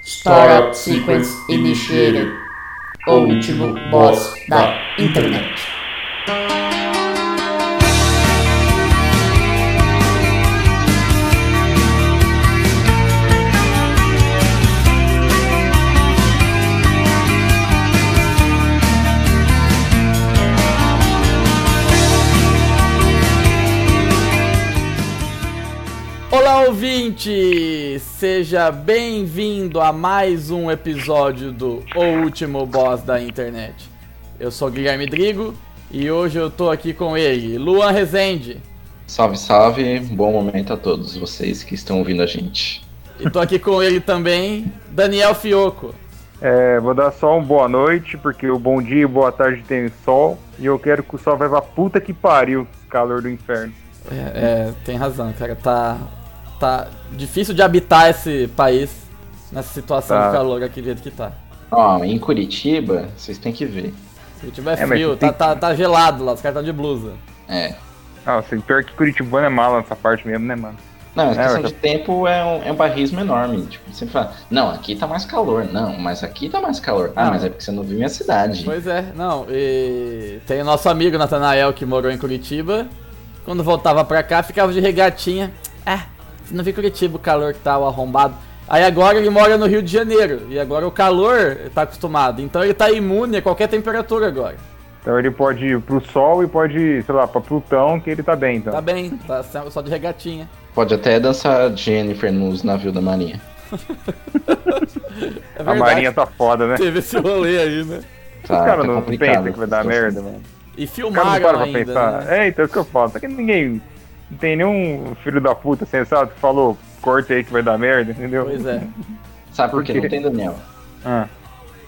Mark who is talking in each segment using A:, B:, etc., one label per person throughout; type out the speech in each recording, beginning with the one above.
A: Startup Sequence Initiated, o último boss da internet.
B: Olá, ouvinte! Seja bem-vindo a mais um episódio do O Último Boss da Internet. Eu sou Guilherme Drigo e hoje eu tô aqui com ele, Luan Rezende.
C: Salve, salve, bom momento a todos vocês que estão ouvindo a gente.
B: E tô aqui com ele também, Daniel Fioco.
D: É, vou dar só um boa noite, porque o bom dia e boa tarde tem sol. E eu quero que o sol vai pra puta que pariu, calor do inferno.
B: É, é, tem razão, cara. Tá, tá difícil de habitar esse país nessa situação
D: Tá.
B: de calor aqui do jeito que tá.
C: Ó, em Curitiba, vocês têm que ver.
B: Curitiba é
D: É, mas
B: frio,
D: tem-
B: tá, tá, tá gelado lá, os caras estão de blusa.
C: É.
D: Ah, assim, pior que Curitibano é mala nessa parte mesmo, né, mano?
C: Não, a questão
D: mas tá-
C: de tempo é um, é um barrismo enorme. Tipo, sempre fala, não, aqui tá mais calor. Não, mas aqui tá mais calor. Ah,
B: Não.
C: mas é porque você não viu minha cidade.
B: Pois é, não, e tem o nosso amigo Natanael que morou em Curitiba. Quando voltava pra cá, ficava de regatinha. Ah, você não viu Curitiba, o calor que tá, o arrombado. Aí agora ele mora no Rio de Janeiro, e agora o calor ele tá acostumado. Então ele tá imune a qualquer temperatura agora.
D: Então ele pode ir pro sol e pode ir, sei lá, pra Plutão, que ele tá bem, então.
B: Tá bem, tá só de regatinha.
C: Pode até dançar Jennifer nos navios da Marinha.
B: É
D: a
B: verdade,
D: marinha tá foda, né?
B: teve esse rolê aí, né?
C: Tá,
D: cara
C: tá
D: não
C: complicado.
D: pensa que vai dar
C: Então,
D: merda, mano.
B: E
D: O cara não
B: filmaram
D: para pra
B: ainda,
D: pensar.
B: né?
D: É, então é isso que eu falo. Só que ninguém. Não tem nenhum filho da puta sensato que falou, corta aí que vai dar merda, entendeu?
B: Pois é.
C: Sabe por
D: Por
C: que
D: quê?
C: não tem Daniel?
D: Ah.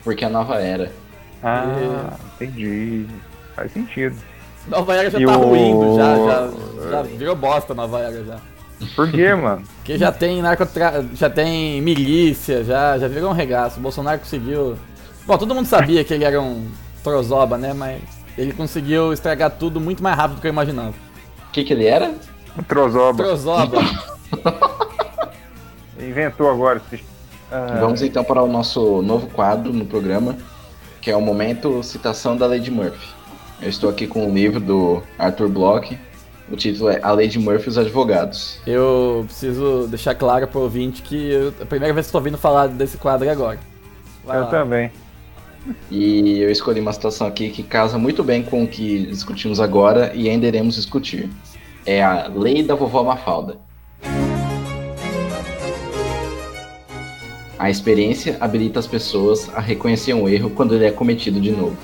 C: Porque é a nova era.
D: Ah, entendi. Faz sentido.
B: Nova Era já
D: E
B: tá
D: o-
B: ruindo, já, já, já virou bosta Nova Era já.
D: Por quê, mano?
B: Porque já tem narcotra... já tem milícia, já, já virou um regaço. O Bolsonaro conseguiu. Bom, todo mundo sabia que ele era um trozoba, né? Mas ele conseguiu estragar tudo muito mais rápido do que eu imaginava.
C: O que que ele era?
D: O Trozoba.
B: Trozoba.
D: Inventou agora esse. Ah,
C: Vamos então para o nosso novo quadro no programa, que é o momento citação da Lady Murphy. Eu estou aqui com um livro do Arthur Bloch. O título é A Lady Murphy e os Advogados.
B: eu preciso deixar claro pro ouvinte que eu- é a primeira vez que eu tô ouvindo falar desse quadro é agora. Vai
D: eu
B: lá.
D: também.
C: E eu escolhi uma citação aqui que casa muito bem com o que discutimos agora e ainda iremos discutir. É a Lei da Vovó Mafalda. A experiência habilita as pessoas a reconhecer um erro quando ele é cometido de novo.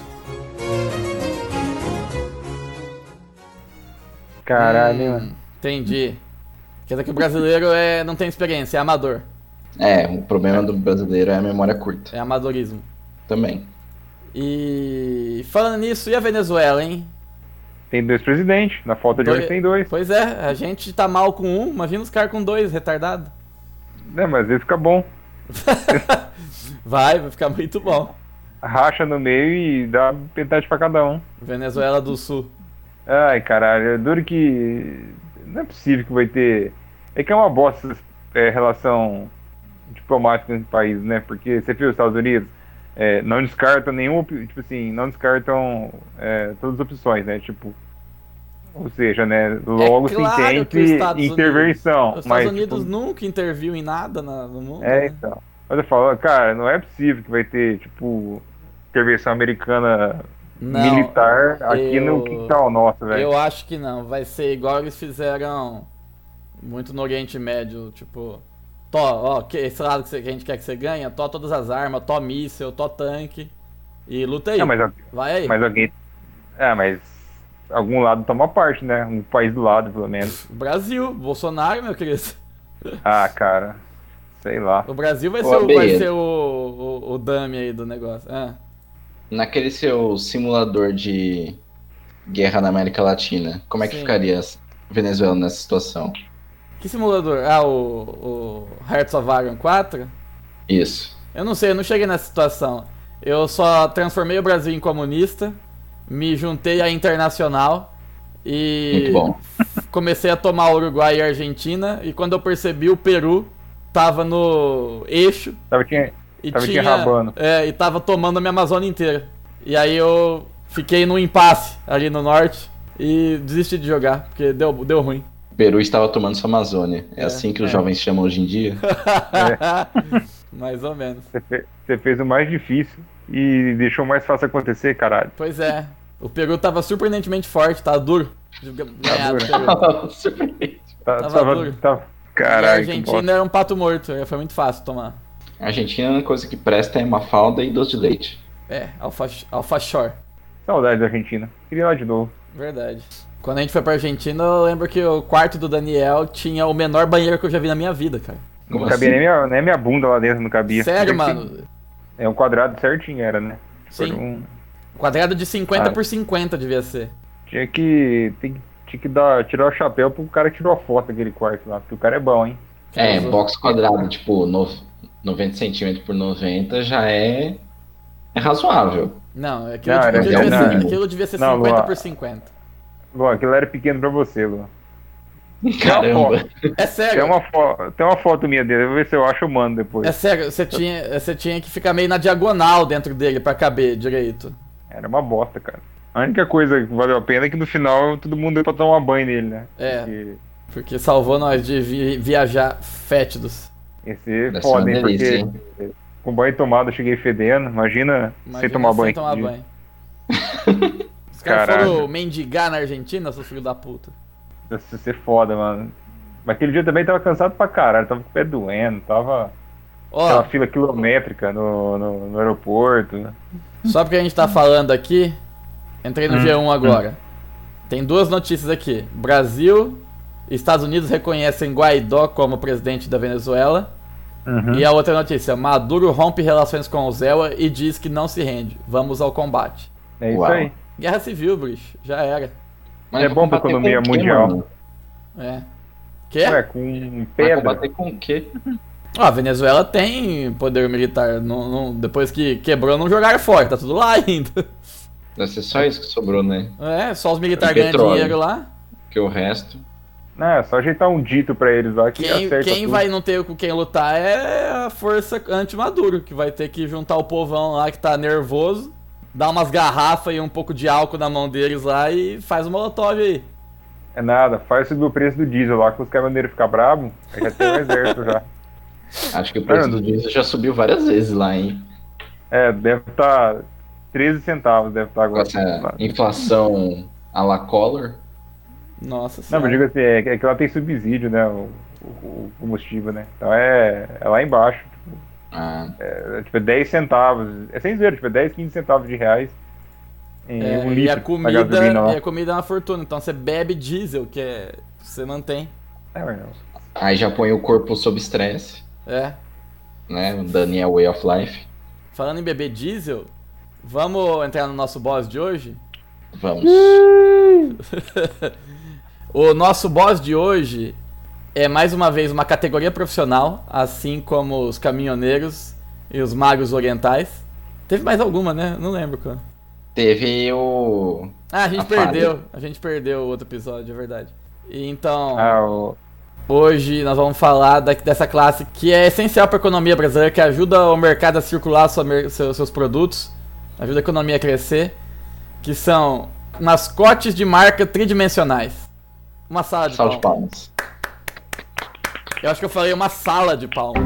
D: Caralho, hein,
B: Hum,
D: mano.
B: Entendi. Quer dizer que o brasileiro é... não tem experiência, é amador.
C: É, o problema do brasileiro é a memória curta.
B: É amadorismo.
C: Também.
B: E falando nisso, e a Venezuela, hein?
D: Tem dois presidentes. Na falta de
B: Dois-
D: hoje tem dois.
B: Pois é, a gente tá mal com um, imagina os caras com dois, retardado.
D: Né, mas às vezes fica bom.
B: Vai, vai ficar muito bom.
D: Racha no meio e dá metade pra cada um.
B: Venezuela do Sul.
D: Ai, caralho, é duro que. Não é possível que vai ter. É que é uma bosta é, relação diplomática entre países, né? Porque você viu os Estados Unidos é, não descartam nenhum. op- Tipo assim, não descartam é, todas as opções, né? Tipo. Ou seja, né? Logo
B: É claro
D: se
B: que os Estados
D: entende intervenção.
B: Os Estados
D: mas,
B: Unidos
D: tipo,
B: nunca interviu em nada na- no mundo.
D: É,
B: né?
D: então. Mas eu falo, cara, não é possível que vai ter, tipo, intervenção americana
B: Não,
D: militar aqui no tá quintal nosso, velho.
B: Eu acho que não. Vai ser igual eles fizeram muito no Oriente Médio, tipo. Tó, ó, que, esse lado que, você- que a gente quer que você ganha, tó todas as armas, tó míssel, tó tanque. E luta aí.
D: Não, mas a-
B: Vai aí.
D: Mas alguém. Ah, mas algum lado toma parte, né? Um país do lado, pelo menos.
B: Brasil, Bolsonaro, meu querido.
D: Ah, cara. Sei lá.
B: O Brasil vai
C: Ô,
B: ser, o, vai
C: Abelha.
B: ser o, o, o dummy aí do negócio. Ah,
C: Naquele seu simulador de guerra na América Latina, como é que
B: Sim.
C: ficaria a Venezuela nessa situação?
B: que simulador? Ah, o, o Hearts of Iron 4?
C: Isso.
B: Eu não sei, eu não cheguei nessa situação. Eu só transformei o Brasil em comunista, me juntei à Internacional e
C: Muito bom.
B: comecei a tomar Uruguai e Argentina. E quando eu percebi, o Peru tava no eixo
D: Tava, tinha,
B: E
D: Tava te
B: tinha,
D: rabando.
B: É, e tava tomando a minha Amazônia inteira. E aí eu fiquei num impasse ali no norte e desisti de jogar, porque deu, deu ruim.
C: Peru estava tomando sua Amazônia. É,
B: É,
C: assim que os
B: é.
C: jovens chamam hoje em dia.
D: É.
B: Mais ou menos.
D: Você fe- você fez o mais difícil e deixou o mais fácil acontecer, caralho.
B: Pois é. O Peru tava surpreendentemente forte, tava duro. de ga- ganhar do
D: duro.
B: Peru.
D: Tá-
B: Tava
D: tava-
B: duro. E
D: tava-
B: a
D: Caralho, que bosta.
B: Argentina era um pato morto, aí foi muito fácil tomar.
C: A Argentina, a coisa que presta é uma falda e doce de leite.
B: É, alfa, alfachor.
D: Saudade da Argentina. Queria ir lá de novo.
B: Verdade. Quando a gente foi pra Argentina, eu lembro que o quarto do Daniel tinha o menor banheiro que eu já vi na minha vida, cara.
C: Como
D: não cabia
C: assim?
D: nem, minha, nem minha bunda lá dentro, não cabia.
B: Sério,
D: Tinha que
B: mano.
D: ser- É um quadrado certinho, era, né? Foi
B: Sim.
D: um-
B: Quadrado de 50
D: Ah.
B: por 50 devia ser.
D: Tinha que. tem que- Tinha que dar, tirar o chapéu pro cara que tirou a foto daquele quarto lá, porque o cara é bom, hein?
C: É,
B: Mas,
C: box quadrado, tipo, no- 90 centímetros por 90 já é, é razoável.
B: Não, aquilo,
D: Não,
B: devia,
D: era-
B: devia
C: não,
B: ser,
C: não.
B: aquilo devia ser
D: Não,
B: 50
D: Luan.
B: por 50.
D: Luan, aquilo era pequeno pra você, Luan.
C: Caramba.
B: É
D: Tem
B: sério.
D: uma, fo... tem uma foto minha dele, eu vou ver se eu acho o mano depois.
B: É sério, você tinha, você tinha que ficar meio na diagonal dentro dele pra caber direito.
D: Era uma bosta, cara. A única coisa que valeu a pena é que no final todo mundo deu pra tomar banho nele, né?
B: É.
D: Porque
B: Porque salvou nós de vi- viajar fétidos.
D: esse é
C: Deve ser
D: foda, hein?
C: uma delícia,
D: Porque com banho tomado eu cheguei fedendo. Imagina, sem
B: Imagina
D: tomar banho.
B: tomar
D: De-
B: banho. Os caras
D: Caralho.
B: foram mendigar na Argentina, seus filhos da puta.
D: Deve ser foda, mano. Mas aquele dia eu também tava cansado pra caralho, tava com o pé doendo, tava
B: Ó,
D: aquela fila kilométrica no, no, no aeroporto.
B: Só porque a gente tá falando aqui, entrei no G1 agora. Tem duas notícias aqui. Brasil e Estados Unidos reconhecem Guaidó como presidente da Venezuela.
D: Hum.
B: E a outra notícia, Maduro rompe relações com o Zewa e diz que não se rende. Vamos ao combate.
D: É isso
C: Uau.
D: aí.
B: Guerra civil, bicho. Já era.
C: Mas
D: É
C: vai
D: bom pra
C: combater
D: economia
C: com o quê,
D: mundial.
C: mano?
B: É. Quê?
D: Ué, com
C: Vai
D: pedra.
C: combater com o quê?
B: Ó, a Venezuela tem poder militar. Não, não- depois que quebrou, não jogaram fora. Tá tudo lá ainda.
C: Deve ser só isso que sobrou, né?
B: É, só os militares ganham
C: Petróleo.
B: dinheiro lá.
C: Porque o resto.
D: Não, é só ajeitar um dito pra eles lá que
B: Quem,
D: acerta
B: quem
D: tudo.
B: vai não ter com quem lutar é a força anti-Maduro, que vai ter que juntar o povão lá que tá nervoso, dar umas garrafas e um pouco de álcool na mão deles lá e faz o molotov aí.
D: É nada, faz subir o preço do diesel lá, que os caminhoneiros ficam bravos, aí já tem um exército já.
C: Acho que o preço
D: Mano.
C: do diesel já subiu várias vezes lá, hein?
D: É, deve estar tá 13 centavos, deve estar
C: Com
D: agora.
C: essa inflação a la Collor.
B: Nossa
D: Não, mas
B: senhora.
D: digo assim, é que é que lá tem subsídio, né, o, o- o combustível, né. Então é, é lá embaixo,
C: Ah,
D: é, tipo é 10 centavos, é sem zoeira, tipo é 10, 15 centavos de reais em
B: É,
D: um litro
B: e, a
D: da
B: comida,
D: gasolina lá.
B: e a comida é uma fortuna, então você bebe diesel, que é, você mantém.
D: É, meu,
C: aí já põe o corpo sob estresse,
B: É.
C: né? O Daniel Way of Life.
B: Falando em beber diesel, vamos entrar no nosso boss de hoje?
C: Vamos.
B: O nosso boss de hoje é mais uma vez uma categoria profissional, assim como os caminhoneiros e os magos orientais. Teve mais alguma, né? Não lembro qual.
C: Teve o.
B: Ah, a gente
C: A
B: perdeu. A gente perdeu o outro episódio, é verdade. E então,
D: ah, o-
B: hoje nós vamos falar da- dessa classe que é essencial para a economia brasileira, que ajuda o mercado a circular sua mer- seu- seus produtos, ajuda a economia a crescer, que são mascotes de marca tridimensionais. Uma sala de
C: Sal de
B: palmas.
C: palmas.
B: Eu acho que eu falei uma sala de palmas.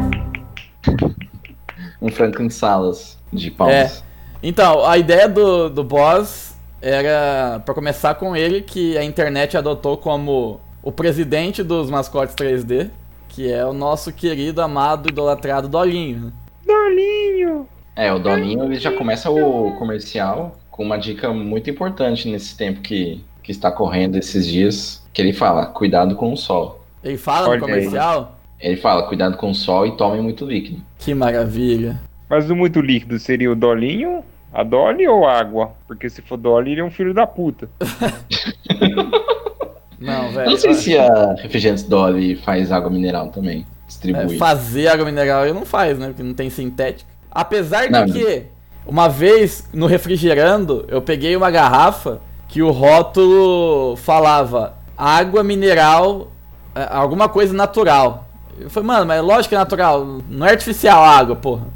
C: Um Franklin Salas de palmas.
B: Então, a ideia do, do Boss era, pra começar com ele, que a internet adotou como o presidente dos mascotes 3D, que é o nosso querido, amado, idolatrado Dolinho. né?
C: É, o Dolinho ele já começa o comercial com uma dica muito importante nesse tempo que, que está correndo esses dias. Que ele fala: cuidado com o sol.
B: Ele fala
D: Olha aí.
B: no comercial?
C: Ele fala: cuidado com o sol e tomem muito líquido.
B: Que maravilha.
D: Mas o muito líquido seria o dolinho, a dole ou a água? Porque se for dole, ele é um filho da puta.
B: Não,
C: Eu
B: velho.
C: não sei
B: olha,
C: se a refrigerante Dolly faz água mineral
B: é,
C: também. Distribui.
B: fazer água mineral ele não faz, né? Porque não tem sintético. Apesar de
C: Não.
B: que, uma vez no refrigerando, eu peguei uma garrafa que o rótulo falava água mineral, é, alguma coisa natural. Eu falei, mano, mas lógico que é natural, não é artificial é a água, porra.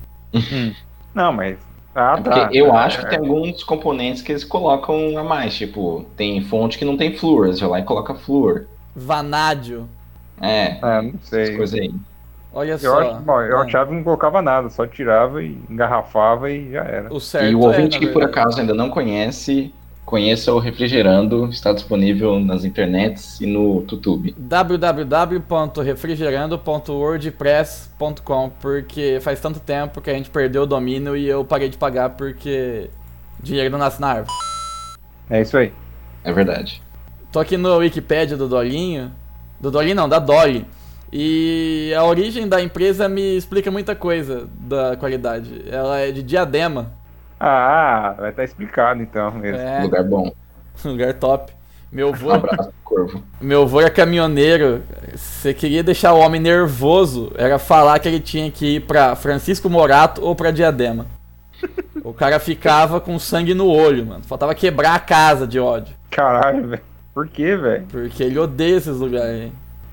D: Não, mas. Ah,
C: É porque
D: tá.
C: eu
D: tá,
C: acho que tem alguns componentes que eles colocam a mais, tipo, tem fonte que não tem flúor, eles vão lá e coloca flúor.
B: Vanádio.
C: É,
D: Ah, não
C: essas
D: sei.
C: coisas aí.
B: Olha
D: Eu,
B: só.
D: acho, bom, eu
B: Ah,
D: achava que não colocava nada, só tirava e engarrafava e já era.
B: O certo
C: e o ouvinte
B: é,
C: que
B: na
C: por
B: verdade.
C: acaso ainda não conhece, conheça o Refrigerando, está disponível nas internets e no YouTube.
B: www.refrigerando.wordpress.com porque faz tanto tempo que a gente perdeu o domínio e eu parei de pagar porque dinheiro não nasce na árvore.
D: É isso aí.
C: É verdade.
B: Tô aqui no Wikipedia do Dolinho. Do Dolinho não, da Dolly. E a origem da empresa me explica muita coisa da qualidade. Ela é de Diadema,
D: Ah, vai estar explicado então mesmo.
B: é,
C: Lugar bom.
B: lugar top. Meu
C: Um
B: vô,
C: abraço, Corvo.
B: meu avô era caminhoneiro. Você queria deixar o homem nervoso, era falar que ele tinha que ir pra Francisco Morato ou pra Diadema. O cara ficava com sangue no olho, mano. Faltava quebrar a casa de ódio.
D: Caralho, velho. Por quê, velho?
B: Porque ele odeia esses lugares.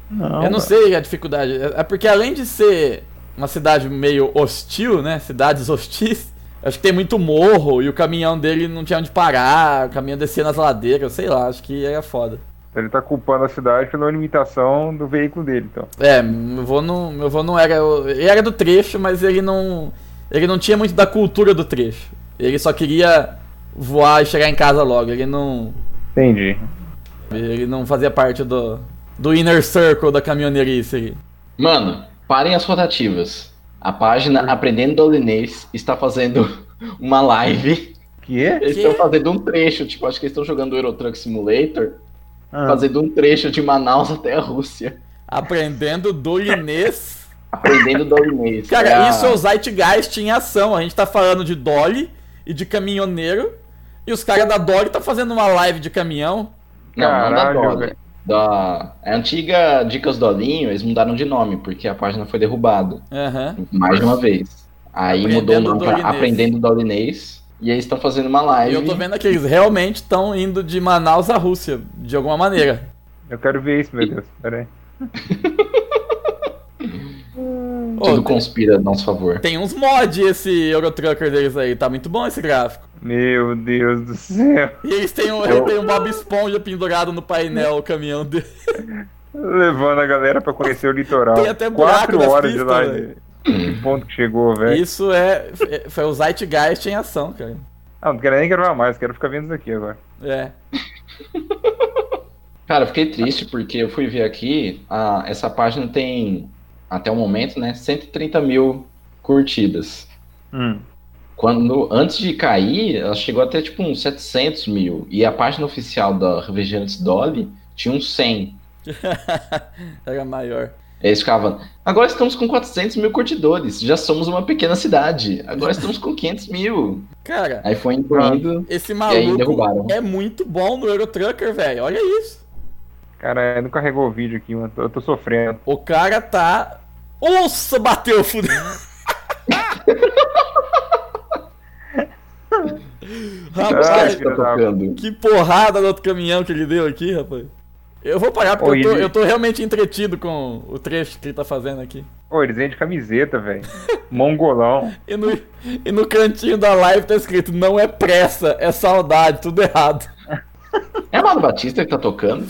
D: Não.
B: Eu não sei a dificuldade. É é porque além de ser uma cidade meio hostil, né? Cidades hostis. Acho que tem muito morro e o caminhão dele não tinha onde parar, o caminhão descia nas ladeiras, sei lá, acho que era foda.
D: Ele tá culpando a cidade pela limitação do veículo dele, então.
B: É, meu avô não, meu avô não era. o- Ele era do trecho, mas ele não. Ele não tinha muito da cultura do trecho. Ele só queria voar e chegar em casa logo. Ele não.
D: Entendi.
B: Ele não fazia parte do. Do inner circle da caminhoneirice ali.
C: Mano, parem as rotativas. A
B: Uhum.
C: página Aprendendo Dolinês está fazendo uma live.
D: Que é?
C: Eles
B: Quê?
C: estão fazendo um trecho, tipo, acho que eles estão jogando Euro Truck Simulator,
D: Ah,
C: fazendo um trecho de Manaus até a Rússia.
B: Aprendendo do linês.
C: Aprendendo Dolinês.
B: Cara,
C: É a-
B: isso é o Zeitgeist em ação. A gente tá falando de Dolly e de caminhoneiro. E os caras da Dolly tá fazendo uma live de caminhão.
C: Não,
D: Caralho,
C: não da Dolly.
D: velho.
C: Da... A É antiga Dicas Dolinho, eles mudaram de nome, porque a página foi derrubada
B: Aham.
C: mais de uma vez. Aí mudou o
B: Aprendendo
C: nome pra
B: Dolinês.
C: Aprendendo Dolinês. E aí eles estão fazendo uma
B: E
C: live.
B: eu tô vendo que eles realmente estão indo de Manaus à Rússia, de alguma maneira.
D: Eu quero ver isso, meu Deus. Pera aí.
B: Ô,
C: Tudo conspira a nosso favor.
B: tem uns mod esse Eurotrucker deles aí, tá muito bom esse gráfico.
D: Meu Deus do céu.
B: E eles têm um,
C: Eu-
B: tem um Bob Esponja pendurado no painel, o caminhão dele.
D: Levando a galera pra conhecer o litoral.
B: Tem até buraco
D: Quatro
B: nas
D: horas de
B: pistas,
D: lá.
B: velho.
D: de- Que ponto que chegou, velho.
B: Isso é, é- foi o Zeitgeist em ação, cara.
D: Ah, não quero nem gravar mais, quero ficar vendo isso aqui agora.
B: É.
C: Cara, eu fiquei triste porque eu fui ver aqui, a- essa página tem, até o momento, né, 130 mil curtidas.
D: Hum.
C: Quando, antes de cair, ela chegou até tipo uns 700 mil. E a página oficial da Revegerantes Dolly tinha uns 100.
B: Era maior.
C: Eles ficavam, agora estamos com 400 mil curtidores, já somos uma pequena cidade, agora estamos com 500 mil.
B: Cara,
C: Aí foi incluindo, tá
B: Esse
C: aí
B: maluco
C: derrubaram.
B: é muito bom no Eurotrucker, velho. Olha isso.
D: Cara, não carregou o vídeo aqui, mano. Eu tô sofrendo.
B: O cara tá. Nossa, bateu, fudeu.
C: esquece
D: Ah,
B: rapaz,
C: que tá tocando.
B: que porrada do outro caminhão que ele deu aqui, rapaz. Eu vou parar porque
D: Ô,
B: eu tô,
D: ele-
B: eu tô realmente entretido com o trecho que ele tá fazendo aqui.
D: Pô, eles vendem camiseta, velho. Mongolão.
B: E no, e no cantinho da live tá escrito: não é pressa, é saudade, tudo errado.
C: É a Mara Batista que tá tocando?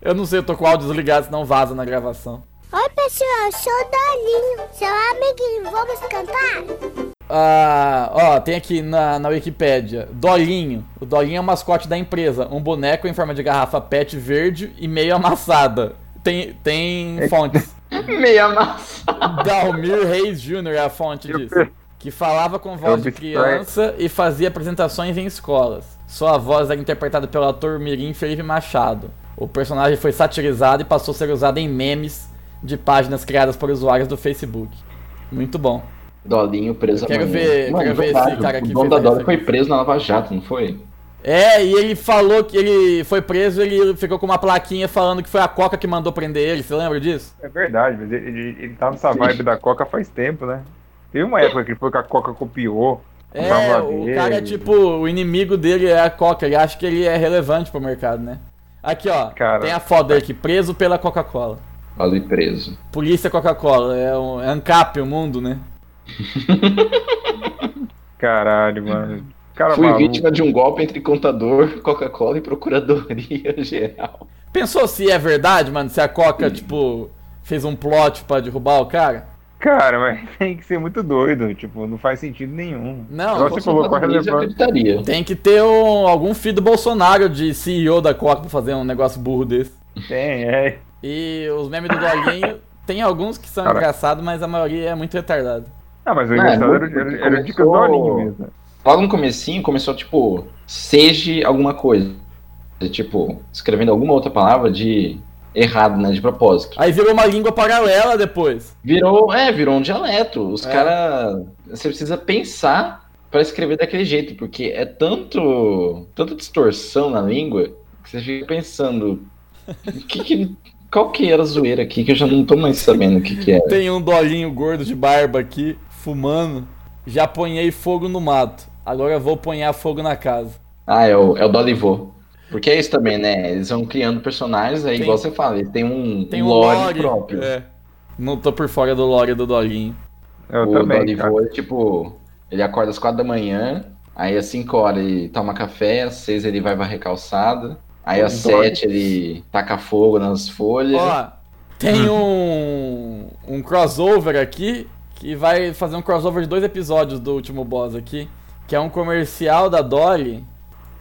B: Eu não sei, eu tô com o áudio desligado, senão vaza na gravação.
E: Oi, pessoal, eu sou o Dolinho, seu amiguinho. Vamos cantar?
B: Ah, ó, tem aqui na, na Wikipédia. Dolinho. O Dolinho é o mascote da empresa. Um boneco em forma de garrafa pet verde e meio amassada. Tem,
D: É
B: tem fontes.
C: Meia massa.
B: Dalmir Reis Jr. é a fonte disso. Que falava com voz de criança e fazia apresentações em escolas. Sua voz era interpretada pelo ator Mirim Felipe Machado. O personagem foi satirizado e passou a ser usado em memes de páginas criadas por usuários do Facebook. Muito bom.
C: Dolinho preso
B: Quero
C: amanhã. é
B: ver- quero ver esse cara
C: O
B: que
C: dono
B: fez
C: da
B: a
C: Dolly
B: receita.
C: foi preso na Lava Jato, não foi?
B: É, e ele falou que ele foi preso, ele ficou com uma plaquinha falando que foi a Coca que mandou prender ele, você lembra disso?
D: É verdade, mas ele, ele, ele tá nessa vibe da Coca faz tempo, né? Teve uma época que ele falou que a Coca copiou.
B: É,
D: Vamos
B: o
D: ver.
B: cara é tipo, o inimigo dele é a Coca, ele acha que ele é relevante pro mercado, né? Aqui, ó,
D: Cara. é.
B: tem a foto dele aqui, preso pela Coca-Cola.
C: Dolly preso.
B: um Polícia Coca-Cola, é um é ANCAP o mundo, né?
D: Caralho, mano. Cara
C: Fui
D: maluco.
C: vítima de um golpe entre contador, Coca-Cola e Procuradoria Geral.
B: Pensou se é verdade, mano, se a Coca, tipo, fez um plot pra derrubar o cara?
D: Cara, mas tem que ser muito doido. Tipo, não faz sentido nenhum.
B: Não,
D: Igual você falou, corre
C: Bolsonaro já
D: levando.
C: acreditaria.
B: Tem que ter um- algum filho do Bolsonaro de CEO da Coca pra fazer um negócio burro desse.
D: Tem, é.
B: E os memes do Doguinho, tem alguns que são
D: Cara.
B: engraçados, mas a maioria é muito retardado.
D: Ah, mas o
C: Não,
D: engraçado
C: é
D: era,
C: muito-
D: era, era
C: começou-
D: dicas do Olinho mesmo.
C: Logo no comecinho começou, tipo, seja alguma coisa. É, Tipo, escrevendo alguma outra palavra de errado, né? De propósito.
B: Aí virou uma língua paralela depois.
C: Virou, é, virou um dialeto. Os
B: É.
C: caras. Você precisa pensar pra escrever daquele jeito, porque é tanto. tanta distorção na língua que você fica pensando. o que que- qual que era a zoeira aqui que eu já não tô mais sabendo o que, que era.
B: Tem um dolinho gordo de barba aqui, fumando. Já ponhei fogo no mato. Agora vou ponhar fogo na casa.
C: Ah, é o, é o Dolivô. Porque é isso também, né? Eles vão criando personagens, aí
B: Tem-
C: igual você fala, eles têm um,
B: Tem
C: um
B: um
C: lore,
B: lore.
C: próprio.
B: É. Não tô por fora do lore do dolinho.
D: Eu
C: o
D: também, cara.
C: Dolivô é tipo, ele acorda às quatro da manhã, aí às 5 horas ele toma café, às 6 ele vai varrer calçada, aí às
D: Dói.
C: 7 ele taca fogo nas folhas.
B: Ó, tem um, um crossover aqui que vai fazer um crossover de dois episódios do último boss aqui, que é um comercial da Dolly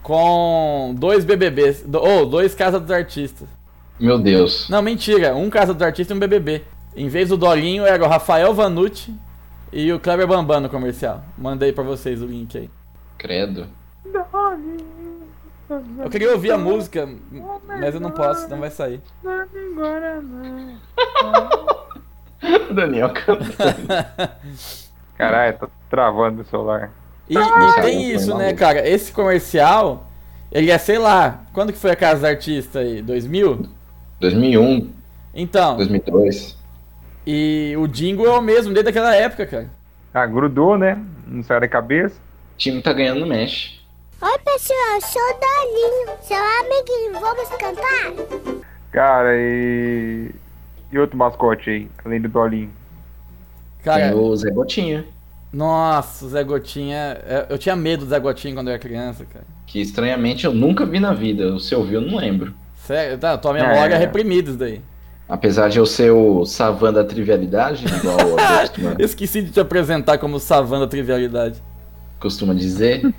B: com dois BBBs, do- ou dois Casa dos Artistas.
C: Meu Deus.
B: Não, mentira, um Casa dos Artistas e um BBB. Em vez do Dolinho era o Rafael Vanucci e o Kleber Bambam no comercial. Mandei pra vocês o link aí.
C: Credo.
B: Eu queria ouvir a música, mas eu não posso, não vai sair.
C: Daniel cantando.
D: Caralho, tá travando o celular.
B: E, e
C: Isso
B: tem
C: aí
B: isso,
C: foi
B: né,
C: maluco.
B: cara? Esse comercial, ele é, sei lá, quando que foi a Casa dos Artistas aí? 2000?
C: 2001,
B: Então,
C: 2002.
B: e o jingle é o mesmo desde aquela época, cara.
D: Ah, grudou, né? Não sai da cabeça.
C: O time tá ganhando no mexe.
E: Oi, pessoal, eu sou o Dolinho. Seu amiguinho, vamos cantar?
D: Cara, e. E outro mascote aí, além do Dolinho.
B: Cara,
C: Tem o Zé Gotinha,
B: nossa, o Zé Gotinha. é, Eu tinha medo do Zé Gotinha quando eu era criança, cara.
C: que estranhamente eu nunca vi na vida. O seu viu, eu não lembro.
B: Sério, tá, tua memória é,
D: É.
B: reprimida isso daí.
C: Apesar de eu ser o savan da trivialidade, igual o Augusto né,
B: Esqueci de te apresentar como savana trivialidade.
C: costuma dizer,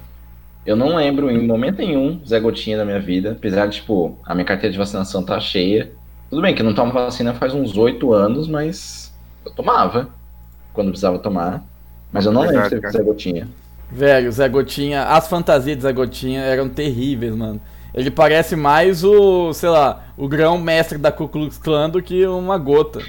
C: eu não lembro em momento nenhum Zé Gotinha da minha vida. Apesar de, tipo, a minha carteira de vacinação tá cheia. Tudo bem que eu não tomo vacina faz uns oito anos, mas eu tomava quando precisava tomar. Mas eu não lembro
D: Verdade,
C: se teve
D: cara.
C: Zé Gotinha.
B: Velho, o Zé Gotinha, as fantasias de Zé Gotinha eram terríveis, mano. Ele parece mais o, sei lá, o grão mestre da Ku Klux Klan do que uma gota.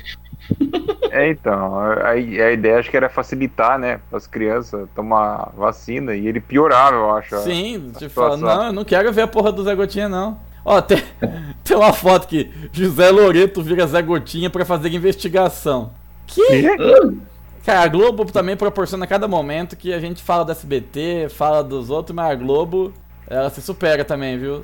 D: É, então. A, a ideia acho que era facilitar, né? As crianças tomar vacina. E ele piorava, eu acho.
B: Sim,
D: a
B: tipo, fala,
D: situação.
B: não, eu não quero ver a porra do Zé Gotinha, não. Ó, tem, tem uma foto que José Loreto vira Zé Gotinha pra fazer investigação. Que?
D: É,
B: Cara, a Globo também proporciona a cada momento que a gente fala do SBT, fala dos outros, mas a Globo, ela se supera também, viu?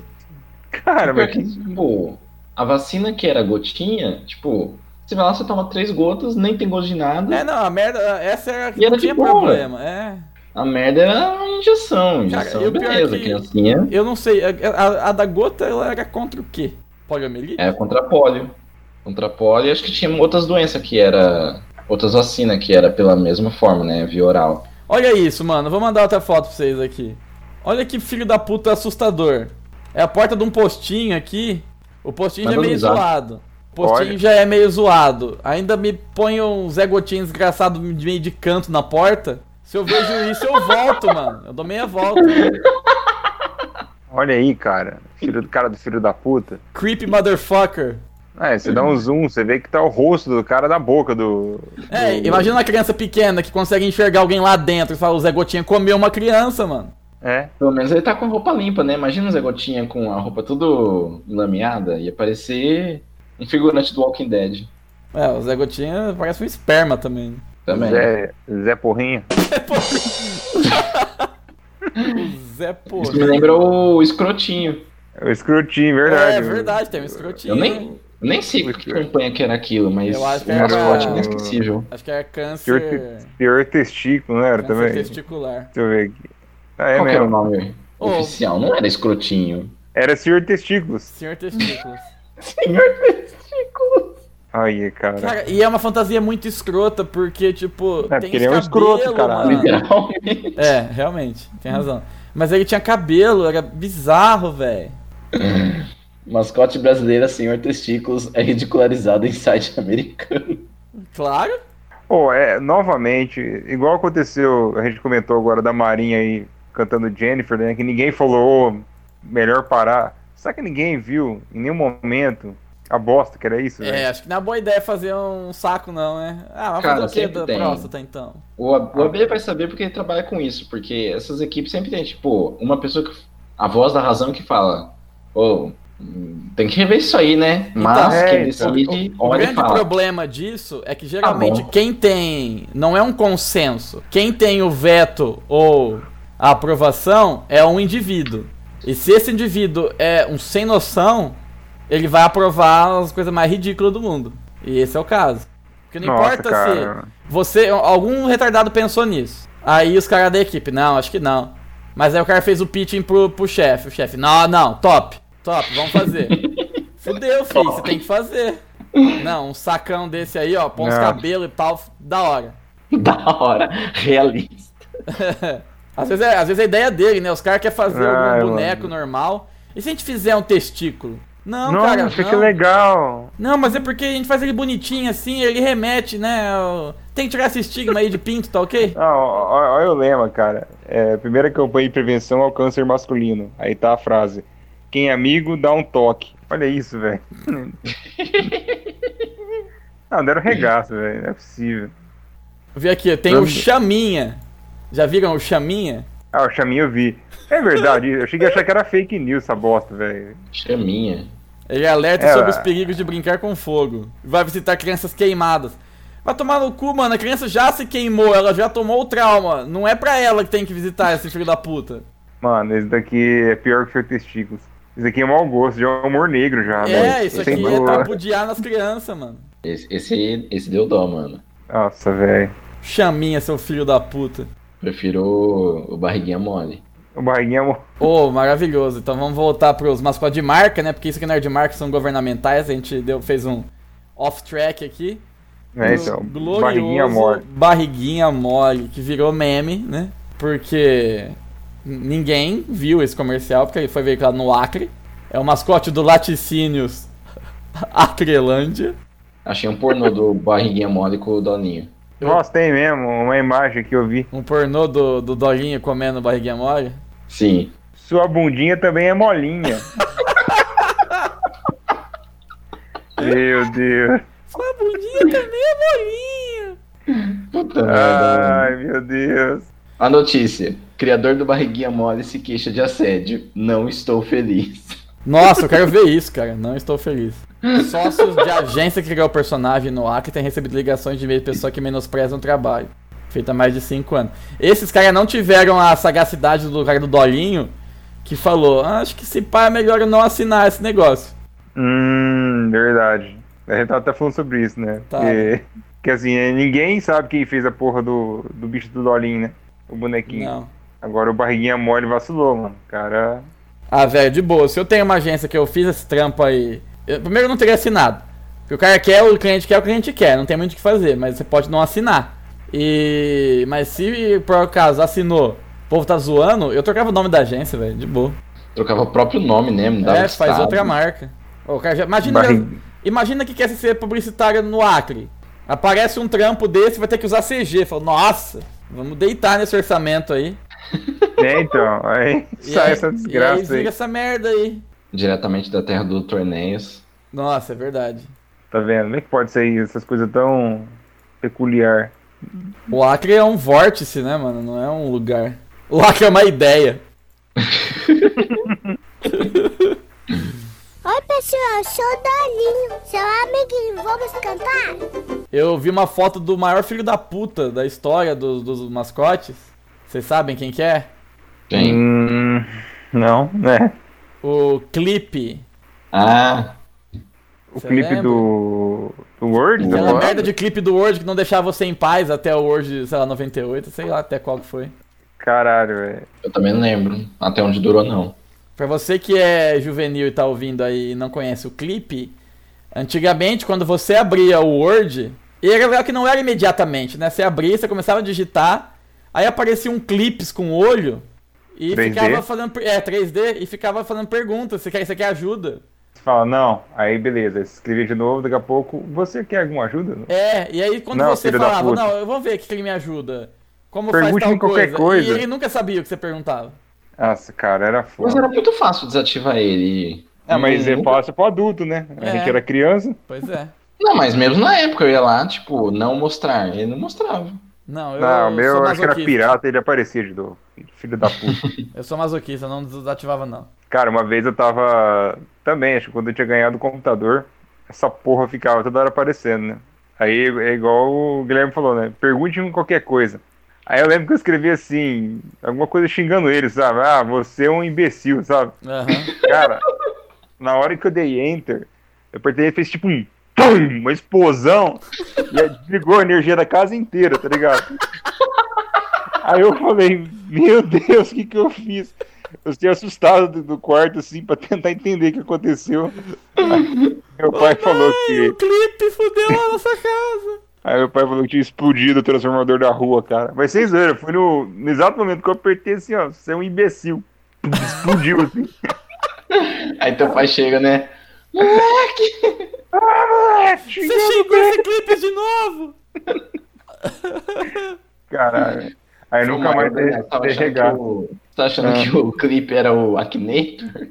D: Cara,
C: Pior
D: mas.
C: que, tipo, a vacina que era gotinha, tipo, você vai lá, você toma três gotas, nem tem gosto de nada.
B: É, não, a merda, essa era a que
C: E era
B: não
C: de
B: tinha
C: boa.
B: problema. É.
C: A merda era uma injeção.
B: Cara,
C: Injeção,
B: e o pior
C: beleza,
B: é que-
C: criancinha.
B: Eu não sei, a, a- a da gota ela era contra o quê? Poliomielite?
C: Era É contra pólio. Contra pólio, acho que tinha outras doenças que era. Outras vacinas que era pela mesma forma, né? Via oral.
B: Olha isso, mano, vou mandar outra foto pra vocês aqui. Olha que filho da puta assustador. É a porta de um postinho aqui. O postinho
C: Mas
B: já é meio
C: vamos usar.
B: zoado. O postinho
D: Olha.
B: já é meio zoado. Ainda me põe um Zé Gotinho desgraçado de meio de canto na porta. Se eu vejo isso, eu volto, mano. Eu dou meia volta.
D: Olha aí, cara. Filho do cara do filho da puta.
B: Creepy motherfucker.
D: É, você dá um zoom, você vê que tá o rosto do cara na boca do.
B: É,
D: do-
B: imagina uma criança pequena que consegue enxergar alguém lá dentro e fala, o Zé Gotinha comeu uma criança, mano.
D: É.
C: Pelo menos ele tá com a roupa limpa, né? Imagina o Zé Gotinha com a roupa tudo lameada. Ia parecer um figurante do Walking Dead.
B: É, o Zé Gotinha parece um esperma também.
C: Também.
D: Zé, Zé Porrinha.
B: Zé Porra.
C: Isso me lembra o escrotinho.
D: É o escrotinho, verdade.
B: É verdade, tem um escrotinho.
C: Eu nem, Eu nem sei que
D: é.
C: campanha que era aquilo, mas
B: Eu acho que
C: o mascote
D: era-
C: é inesquecível.
B: Acho que era
D: Senhor,
B: câncer,
D: te, senhor testículo, não era
B: câncer
D: também? Deixa
B: testicular.
D: eu ver aqui. Ah, é
C: Qual que era o
D: mesmo.
C: nome
B: Ô.
C: oficial? Não era escrotinho.
D: Era senhor testículos.
B: Senhor testículos.
C: Senhor testículo.
D: Aí, cara.
B: Cara, e é uma fantasia muito escrota, porque, tipo,
D: É,
B: tem
D: porque ele é um
B: cabelo,
D: escroto, caralho.
B: mano.
C: Literalmente.
B: É, realmente, tem razão. Mas ele tinha cabelo, era bizarro, velho.
C: Mascote brasileira Senhor Testículos é ridicularizado em site americano.
B: Claro.
D: Pô, é, novamente, igual aconteceu, a gente comentou agora da Marinha aí cantando Jennifer, né? Que ninguém falou, "Ô, melhor parar. Será que ninguém viu em nenhum momento a bosta que era isso,
B: É,
D: velho?
B: acho que não é boa ideia fazer um saco, não, né? Ah, mas
C: Cara,
B: fazer o quê
C: sempre
B: da
C: tem.
B: próstata, então?
C: O, A- o AB vai saber porque ele trabalha com isso, porque essas equipes sempre tem, tipo, uma pessoa que. A voz da razão que fala. Ô, hum, tem que rever isso aí, né? Mas
D: Então,
C: quem
D: é, então.
C: decide,
B: O
C: olha e
B: grande
C: fala. Tá
B: problema disso é que geralmente
C: bom.
B: quem tem. Não é um consenso. Quem tem o veto ou a aprovação é um indivíduo. E se esse indivíduo é um sem noção, ele vai aprovar as coisas mais ridículas do mundo. E esse é o caso. Porque não importa se. Você, algum retardado pensou nisso. Aí os caras da equipe, não, acho que não. Mas aí o cara fez o pitching pro, pro chefe. O chefe, não, não, top, top, vamos fazer. Fudeu, filho, você tem que fazer. Não, um sacão desse aí, ó, põe uns
D: Não.
B: cabelos e pau, da hora.
C: Da hora, realista.
B: Às vezes, é, às vezes é ideia dele, né? Os caras querem fazer
D: Ai,
B: algum boneco
D: É, mano.
B: normal. E se a gente fizer um testículo? Não,
D: Não,
B: cara,
D: fica
B: não.
D: legal.
B: Não, mas é porque a gente faz ele bonitinho assim, ele remete, né? ao- Tem que tirar esse estigma aí de pinto, tá ok?
D: Ah, ó- ó- olha o lema, cara. É, primeira campanha de prevenção ao câncer masculino. Aí tá a frase. Quem é amigo, dá um toque. Olha isso, velho. Não, deram regaço, velho. Não é possível.
B: Vê aqui, tem o Chaminha. Já viram o Chaminha?
D: Ah, o chaminho eu vi. É verdade, eu cheguei a achar que era fake news essa bosta, velho.
C: Chaminha.
B: Ele alerta
D: É,
B: sobre os
D: é.
B: perigos de brincar com fogo. Vai visitar crianças queimadas. Vai tomar no cu, mano. A criança já se queimou, ela já tomou o trauma. Não é pra ela que tem que visitar esse filho da puta.
D: Mano, esse daqui é pior que seu testículos. Esse daqui é mau gosto, já é humor negro já,
B: é,
D: velho.
B: isso
D: Sem
B: aqui é
D: boa.
B: tapudiar nas crianças, mano.
C: Esse, esse, esse deu dó, mano.
D: Nossa, velho.
B: Chaminha, seu filho da puta.
C: Prefiro o, o barriguinha mole.
D: O barriguinha é mo-
B: Ô, maravilhoso. Então vamos voltar pros mascotes de marca, né? Porque isso aqui não é de marca, são governamentais. A gente deu, fez um off-track aqui.
D: é, então,
B: glorioso
D: barriguinha morta.
B: Barriguinha mole, que virou meme, né? Porque ninguém viu esse comercial, porque ele foi veiculado no Acre. É o mascote do Laticínios Acrelândia.
C: Achei um pornô do barriguinha mole com o Doninho.
D: Nossa, tem mesmo uma imagem que eu vi.
B: Um pornô do, do Dolinho comendo barriguinha mole.
C: Sim.
D: Sua bundinha também é molinha. Meu Deus.
B: Sua bundinha também é molinha.
C: Puta
B: É,
C: merda. mano.
D: Ai, meu Deus.
C: A notícia. Criador do barriguinha mole se queixa de assédio. Não estou feliz.
B: Nossa, eu quero ver isso, cara. Não estou feliz. Sócios de agência que criou o personagem no Acre têm recebido ligações de e-mail de pessoa que menosprezam o trabalho. Feito há mais de 5 anos. Esses caras não tiveram a sagacidade do cara do Dolinho, que falou: "Ah, Acho que se pá é melhor eu não assinar esse negócio.
D: Hum, verdade. A gente tava até falando sobre isso, né?
B: Tá.
D: Que, que assim, é, ninguém sabe quem fez a porra do, do bicho do Dolinho, né? O bonequinho.
B: Não.
D: Agora o barriguinha mole vacilou, mano. Cara.
B: Ah, velho, de boa. Se eu tenho uma agência que eu fiz esse trampo aí. eu- primeiro eu não teria assinado. Porque o cara quer, o cliente quer o que a gente quer, não tem muito o que fazer, mas você pode não assinar. E. Mas se por acaso assinou, o povo tá zoando, eu trocava o nome da agência, velho, de boa.
C: Trocava o próprio nome, né? Mudava
B: é,
C: de
B: faz
C: estado.
B: outra marca. Ô, cara, já- imagina,
D: Barri-
B: imagina que quer ser publicitário no Acre. Aparece um trampo desse, vai ter que usar CG. Fala, nossa, vamos deitar nesse orçamento aí.
D: É, então. Aí
B: E
D: sai
B: aí-
D: essa
B: E aí
D: desgraça aí.
B: vira essa merda aí.
C: Diretamente da terra do Torneios.
B: Nossa, é verdade.
D: Tá vendo? Como é que pode sair essas coisas tão peculiar?
B: O Acre é um vórtice, né, mano? Não é um lugar. O Acre é uma ideia.
E: Oi, pessoal, eu sou o Dolinho. Seu amiguinho, vamos cantar?
B: Eu vi uma foto do maior filho da puta da história dos, dos mascotes. Vocês sabem quem que é?
C: Tem.
D: Hum, não, né?
B: O Clipe.
C: Ah,
D: o
B: Você
D: clipe
B: lembra? Então-
D: do, do Word,
C: Você
D: da
B: Aquela
C: Claro.
D: Word.
B: merda de clipe do Word que não deixava você em paz até o Word, sei lá, 98, sei lá até qual que foi.
D: Caralho, velho.
C: Eu também não lembro até onde durou, não.
B: Pra você que é juvenil e tá ouvindo aí e não conhece o clipe, antigamente quando você abria o Word, e era legal que não era imediatamente, né? Você abria, você começava a digitar, aí aparecia um clipes com olho e
D: 3D?
B: ficava fazendo. per- É, 3D, e ficava fazendo perguntas, você quer, você quer ajuda?
D: Você fala, não, aí beleza, escrevi de novo, daqui a pouco, você quer alguma ajuda?
B: É, e aí quando
D: Não,
B: você
D: filho da
B: falava,
D: puta.
B: não, eu vou ver o que que ele me ajuda. Como faz
D: Pergunte-me
B: tal
D: qualquer
B: coisa.
D: coisa.
B: E ele nunca sabia o que você perguntava.
D: Nossa, cara, era
C: Mas
D: foda.
C: era muito fácil desativar ele. Hum.
D: É, mas é
C: Nunca-
D: fácil pro adulto, né? A
B: Uhum. É.
D: gente era criança.
B: Pois é.
C: Não, mas mesmo na época eu ia lá, tipo, não mostrar. Ele não mostrava.
B: Não, eu
D: não, o meu
B: sou
D: eu acho que era
B: masoquista.
D: pirata, ele aparecia de novo. Filho da puta.
B: Eu sou masoquista, não desativava não.
D: Cara, uma vez eu tava. Também, acho que quando eu tinha ganhado o computador, essa porra ficava toda hora aparecendo, né? Aí é igual o Guilherme falou, né? Pergunte-me qualquer coisa. Aí eu lembro que eu escrevi assim, alguma coisa xingando ele, sabe? Ah, você é um imbecil, sabe?
B: Aham.
D: Cara, na hora que eu dei enter, eu apertei e fez tipo um pum, uma explosão. E aí desligou a energia da casa inteira, tá ligado? Aí eu falei, meu Deus, o que que eu fiz? Eu fiquei assustado do, do quarto, assim, pra tentar entender o que aconteceu. Aí meu pai falou que.
B: O clipe fudeu a nossa casa.
D: Aí meu pai falou que tinha explodido o transformador da rua, cara. Mas vocês viram, foi no, no exato momento que eu apertei assim, ó, você é um imbecil. Explodiu assim.
C: Aí teu pai chega, né? Moleque!
D: Ah, moleque, xingando
B: Você
C: né?
B: xingou esse clipe de novo?
C: É.
D: Caralho. Aí nunca mais
C: Eu tava achando
D: regar.
C: que o- Tá achando que o clipe era o Akinator?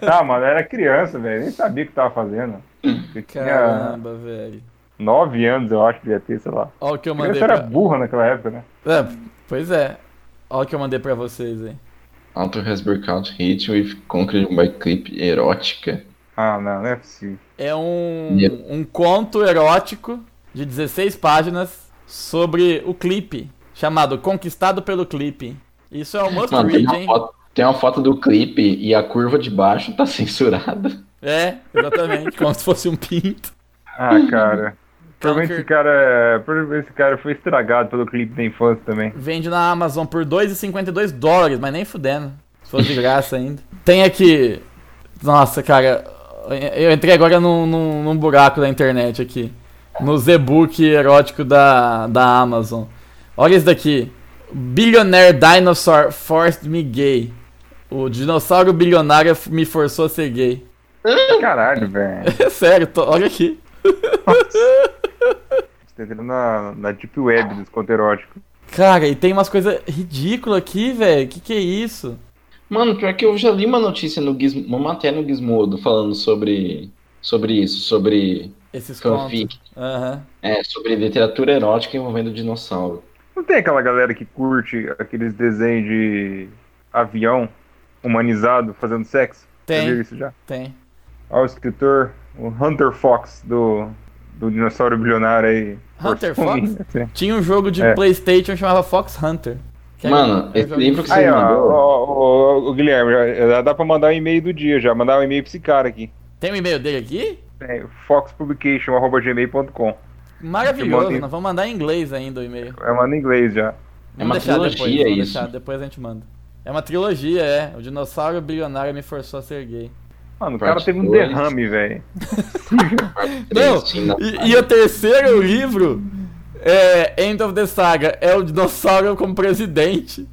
D: Tá, mano, eu era criança, velho. Nem sabia o que tava fazendo. Eu tinha
C: Ah.
B: Caramba, velho.
D: nove anos, eu acho, devia ter, sei lá.
B: Olha o que eu mandei
D: Criança era
B: pra...
D: burra naquela época, né?
B: É, pois é. Olha o que eu mandei pra vocês aí.
C: Auto has breakout hit with conquered by clip erótica.
D: Ah, não, não é possível.
B: É um,
C: Yeah.
B: um conto erótico de 16 páginas sobre o clipe, chamado Conquistado pelo Clipe. Isso é o must
C: Mano, tem
B: read,
C: uma,
B: hein?
C: foto, tem uma foto do clipe e a curva de baixo tá censurada.
B: É, exatamente. como se fosse um pinto.
D: Ah,
C: Uhum.
D: cara. Provavelmente
B: Conquer-
D: esse cara, é, provavelmente esse cara foi estragado pelo clipe da infância também.
B: Vende na Amazon por 2,52 dólares, mas nem fudendo. Se fosse de graça ainda. Tem aqui. Nossa, cara. Eu entrei agora num, num, num buraco da internet aqui. No Zebook erótico da, da Amazon. Olha isso daqui. Billionaire Dinosaur Forced Me Gay. O dinossauro bilionário me forçou a ser gay.
D: Caralho, velho.
B: É sério, tô- olha aqui.
D: Você tá entrando na, na deep web dos conto erótico.
B: Cara, e tem umas coisas ridículas aqui, velho. Que que é isso?
C: Mano, pior que eu já li uma notícia no Gizmo, uma matéria no Gizmodo falando sobre, sobre isso, sobre
B: Esses contos.
C: fanfic.
B: Aham.
C: É, sobre literatura erótica envolvendo dinossauro.
D: Não tem aquela galera que curte aqueles desenhos de avião humanizado fazendo sexo?
B: Tem.
D: Você viu isso já?
B: Tem.
D: Olha o escritor, o Hunter Fox do, do dinossauro bilionário aí. assim.
B: Hunter
D: Forçando-
B: Tinha um jogo de
D: É.
B: Playstation que chamava Fox Hunter. Que era-
C: Mano,
B: era um
C: esse
B: jogo
C: livro
B: de-
C: que você
D: Aí, ó,
C: mandou.
D: ó, ó, ó, o Guilherme, já- já dá pra mandar um e-mail do dia já, mandar um e-mail pra esse cara aqui.
B: Tem um e-mail dele aqui?
D: É, foxpublication.gmail.com.
B: Maravilhoso,
D: Mandei.
B: nós vamos mandar em inglês ainda o e-mail.
D: Eu mando um em inglês já.
C: É uma trilogia
B: depois, vamos
C: isso.
B: deixar, depois a gente manda. É uma trilogia, é. O dinossauro bilionário me forçou a ser gay.
D: Mano, o
C: Parte
D: cara teve um
C: dois.
D: derrame, velho.
B: Não,
C: Três, sim, na-
B: e, e o terceiro livro é End of the Saga, é o dinossauro como presidente.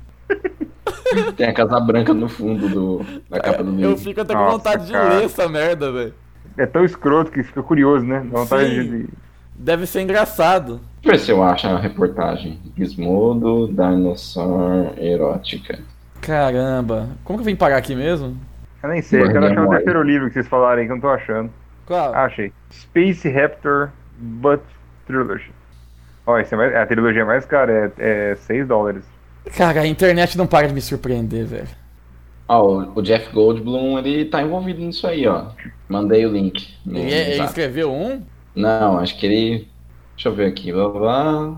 C: Tem a Casa Branca no fundo do, da capa do livro.
B: Eu fico até com
D: Nossa,
B: vontade de
D: cara.
B: ler essa merda, velho.
D: É tão escroto que fica curioso, né? Dá vontade
B: Sim.
D: de...
B: Deve ser engraçado.
C: Deixa eu ver se eu acho a reportagem. Gizmodo, Dinossauro Erótica.
B: Caramba, como que eu vim parar aqui mesmo?
D: Eu nem sei, eu
C: Mano,
D: quero
C: é
D: achar o
C: mole.
D: terceiro livro que vocês falarem, que eu não tô achando.
B: Qual?
D: Ah, achei. Space Raptor Butt Trilogy. Ó, esse é mais- a trilogia mais cara, é, é 6 dólares.
B: Cara, a internet não para de me surpreender, velho.
C: Ó, o- o Jeff Goldblum, ele tá envolvido nisso aí, ó. Mandei o link. no
B: Ele, é- ele
C: zap.
B: escreveu um?
C: Não, acho que ele. Deixa eu ver aqui. Blá blá.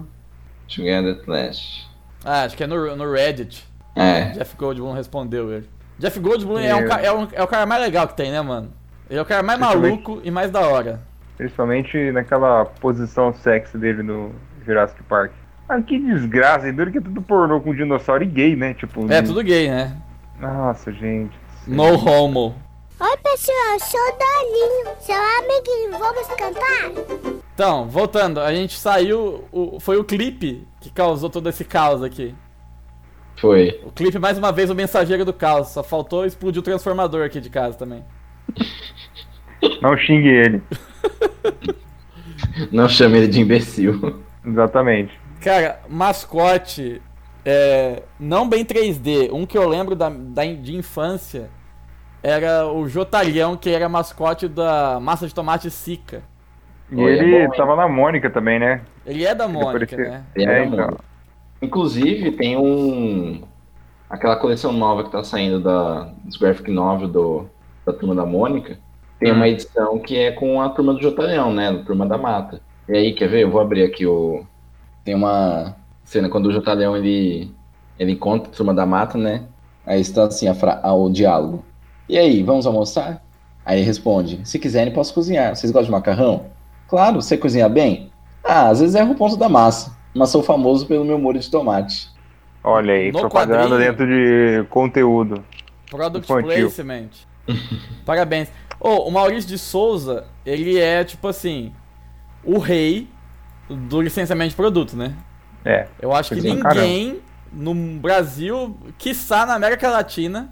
C: Together Clash.
B: Ah, acho que é no, no Reddit.
C: É.
B: Jeff Goldblum respondeu ele. Jeff Goldblum é, um,
D: É.
B: ca- é, um- é o cara mais legal que tem, né, mano? Ele é o cara mais maluco e mais da hora.
D: Principalmente naquela posição sexy dele no Jurassic Park. Mas que desgraça, e duro que é tudo pornô com dinossauro e gay, né? Tipo.
B: É, tudo gay, né?
D: Nossa, gente.
B: No homo.
E: Oi, pessoal, eu sou o Dolinho. Seu amiguinho, vamos cantar?
B: Então, voltando, a gente saiu. o- foi o clipe que causou todo esse caos aqui.
C: Foi.
B: O clipe, mais uma vez, o mensageiro do caos. Só faltou explodir o transformador aqui de casa também.
D: Não xingue ele.
C: Não chame ele de imbecil.
D: Exatamente.
B: Cara, mascote. é, não bem 3D. Um que eu lembro da, da- de infância era o Jotalhão, que era mascote da massa de tomate Sica.
D: E
C: Oi, é
D: ele
C: bom, hein?
D: tava na Mônica também, né?
B: Ele é da Mônica,
D: parecia-
B: né?
C: Ele era
D: É, então.
C: bom. Inclusive, tem um. Aquela coleção nova que tá saindo da, dos graphic novel do, da Turma da Mônica. Tem uma edição que é com a Turma do Jotalhão, né? Da Turma da Mata. E aí, quer ver? Eu vou abrir aqui o. Tem uma cena quando o Jotalhão ele, ele encontra a Turma da Mata, né? Aí está assim a fra... ah, o diálogo. E aí, vamos almoçar? Aí ele responde: Se quiserem, posso cozinhar. Vocês gostam de macarrão? Claro, você cozinha bem? Ah, às vezes erra o ponto da massa, mas sou famoso pelo meu molho de tomate.
D: Olha aí,
B: No
D: propaganda
B: quadrinho.
D: dentro de conteúdo.
B: Product
D: Infantil.
B: Placement. Parabéns. Ô, o Maurício de Souza, ele é, tipo assim, o rei do licenciamento de produto, né?
D: É.
B: Eu acho que
C: Pois é,
B: ninguém no Brasil, quiçá na América Latina,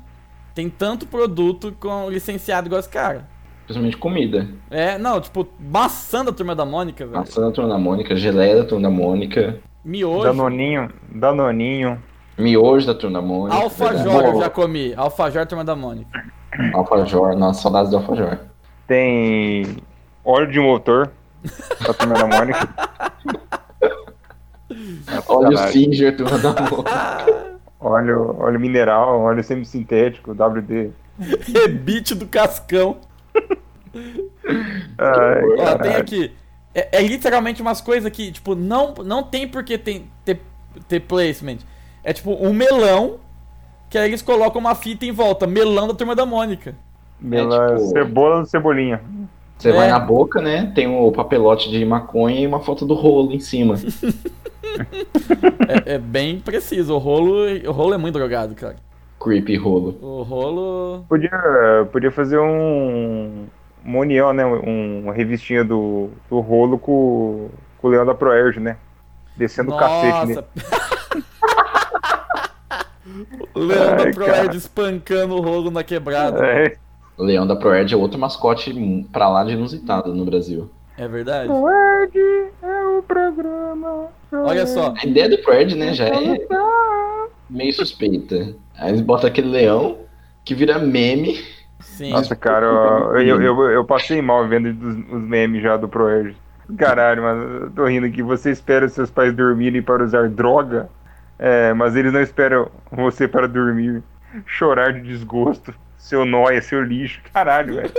B: tem tanto produto com licenciado igual esse cara.
C: Principalmente comida.
B: É, não, tipo, maçã da turma da Mônica, velho.
C: Maçã da Turma da Mônica, geleia da Turma da Mônica,
B: Miojo.
D: Danoninho, Danoninho.
C: miojo da Turma da Mônica.
B: Alfajor eu já comi. Alfajor turma da Mônica.
C: Alfajor, nossa, saudades do alfajor.
D: Tem óleo de motor. Pra turma da Mônica.
C: Olha o
D: Saudades.
C: Singer, Turma da Mônica.
D: Óleo, óleo mineral, óleo semissintético, WD.
B: Rebite do cascão.
D: Ai,
B: Ó, tem
D: caralho.
B: aqui. É, é literalmente umas coisas que, tipo, não, não tem por que tem, ter, ter placement. É tipo um melão, que aí eles colocam uma fita em volta. Melão da turma da Mônica.
D: Pela
C: É, tipo-
D: cebola do cebolinha.
C: Você
B: É.
C: vai na boca, né? Tem o papelote de maconha e uma foto do rolo em cima.
B: É, é bem preciso. O rolo, o rolo é muito drogado, cara.
C: Creepy rolo.
B: O rolo.
D: Podia, podia fazer um. Uma união, né? Um, uma revistinha do, do rolo com, com o Leão da Proerge, né? Descendo o cacete né? nele.
B: Nossa. O Leandro
D: Ai,
B: Proerd
D: cara.
B: espancando o rolo na quebrada.
D: É,
C: O leão da Proerd é outro mascote pra lá de inusitado no Brasil.
B: É verdade.
D: Proerd é o programa.
B: Olha só.
C: A ideia do Proerd, né, já é meio suspeita. Aí eles botam aquele leão que vira meme.
B: Sim.
D: Nossa, cara, ó, eu, eu, eu passei mal vendo os, os memes já do Proerd. Caralho, mas eu tô rindo aqui. Você espera seus pais dormirem para usar droga, é, mas eles não esperam você para dormir. Chorar de desgosto, seu nóia, seu lixo. Caralho, velho.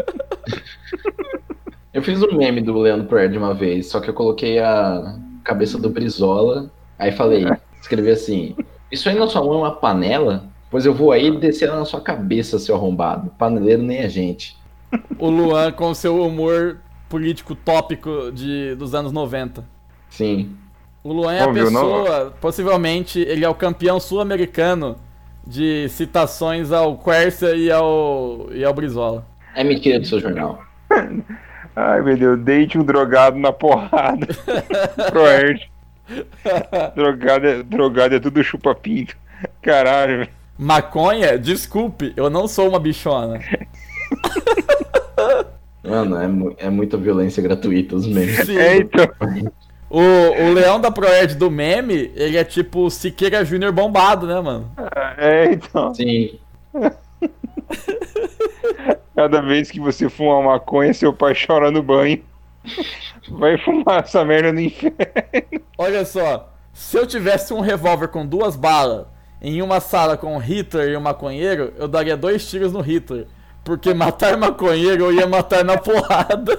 C: Eu fiz um meme do Leandro Proerd uma vez, só que eu coloquei a cabeça do Brizola, aí falei, escrevi assim, isso aí na sua mão é uma panela? Pois eu vou aí e descer ela na sua cabeça, seu arrombado. Paneleiro nem é gente.
B: O Luan com o seu humor político tópico de, dos anos 90.
C: Sim.
B: O Luan é a
D: Óbvio, não-
B: pessoa, possivelmente, ele é o campeão sul-americano de citações ao Quercia e ao, e ao Brizola.
C: É mentira do seu jornal.
D: Ai, meu Deus, deite um drogado na porrada. Proerd. drogado, é, drogado é tudo chupa-pinto. Caralho, velho.
B: Maconha, desculpe, eu não sou uma bichona.
C: Mano, é, mu- é muita violência gratuita os memes.
B: Sim.
D: É, então.
B: O, o leão da Proerd do meme, ele é tipo o Siqueira Júnior bombado, né, mano?
D: É, então.
C: Sim.
D: Cada vez que você fuma uma maconha, seu pai chora no banho. Vai fumar essa merda no inferno.
B: Olha só, se eu tivesse um revólver com duas balas em uma sala com um Hitler e um maconheiro, eu daria dois tiros no Hitler. Porque matar maconheiro eu ia matar na porrada.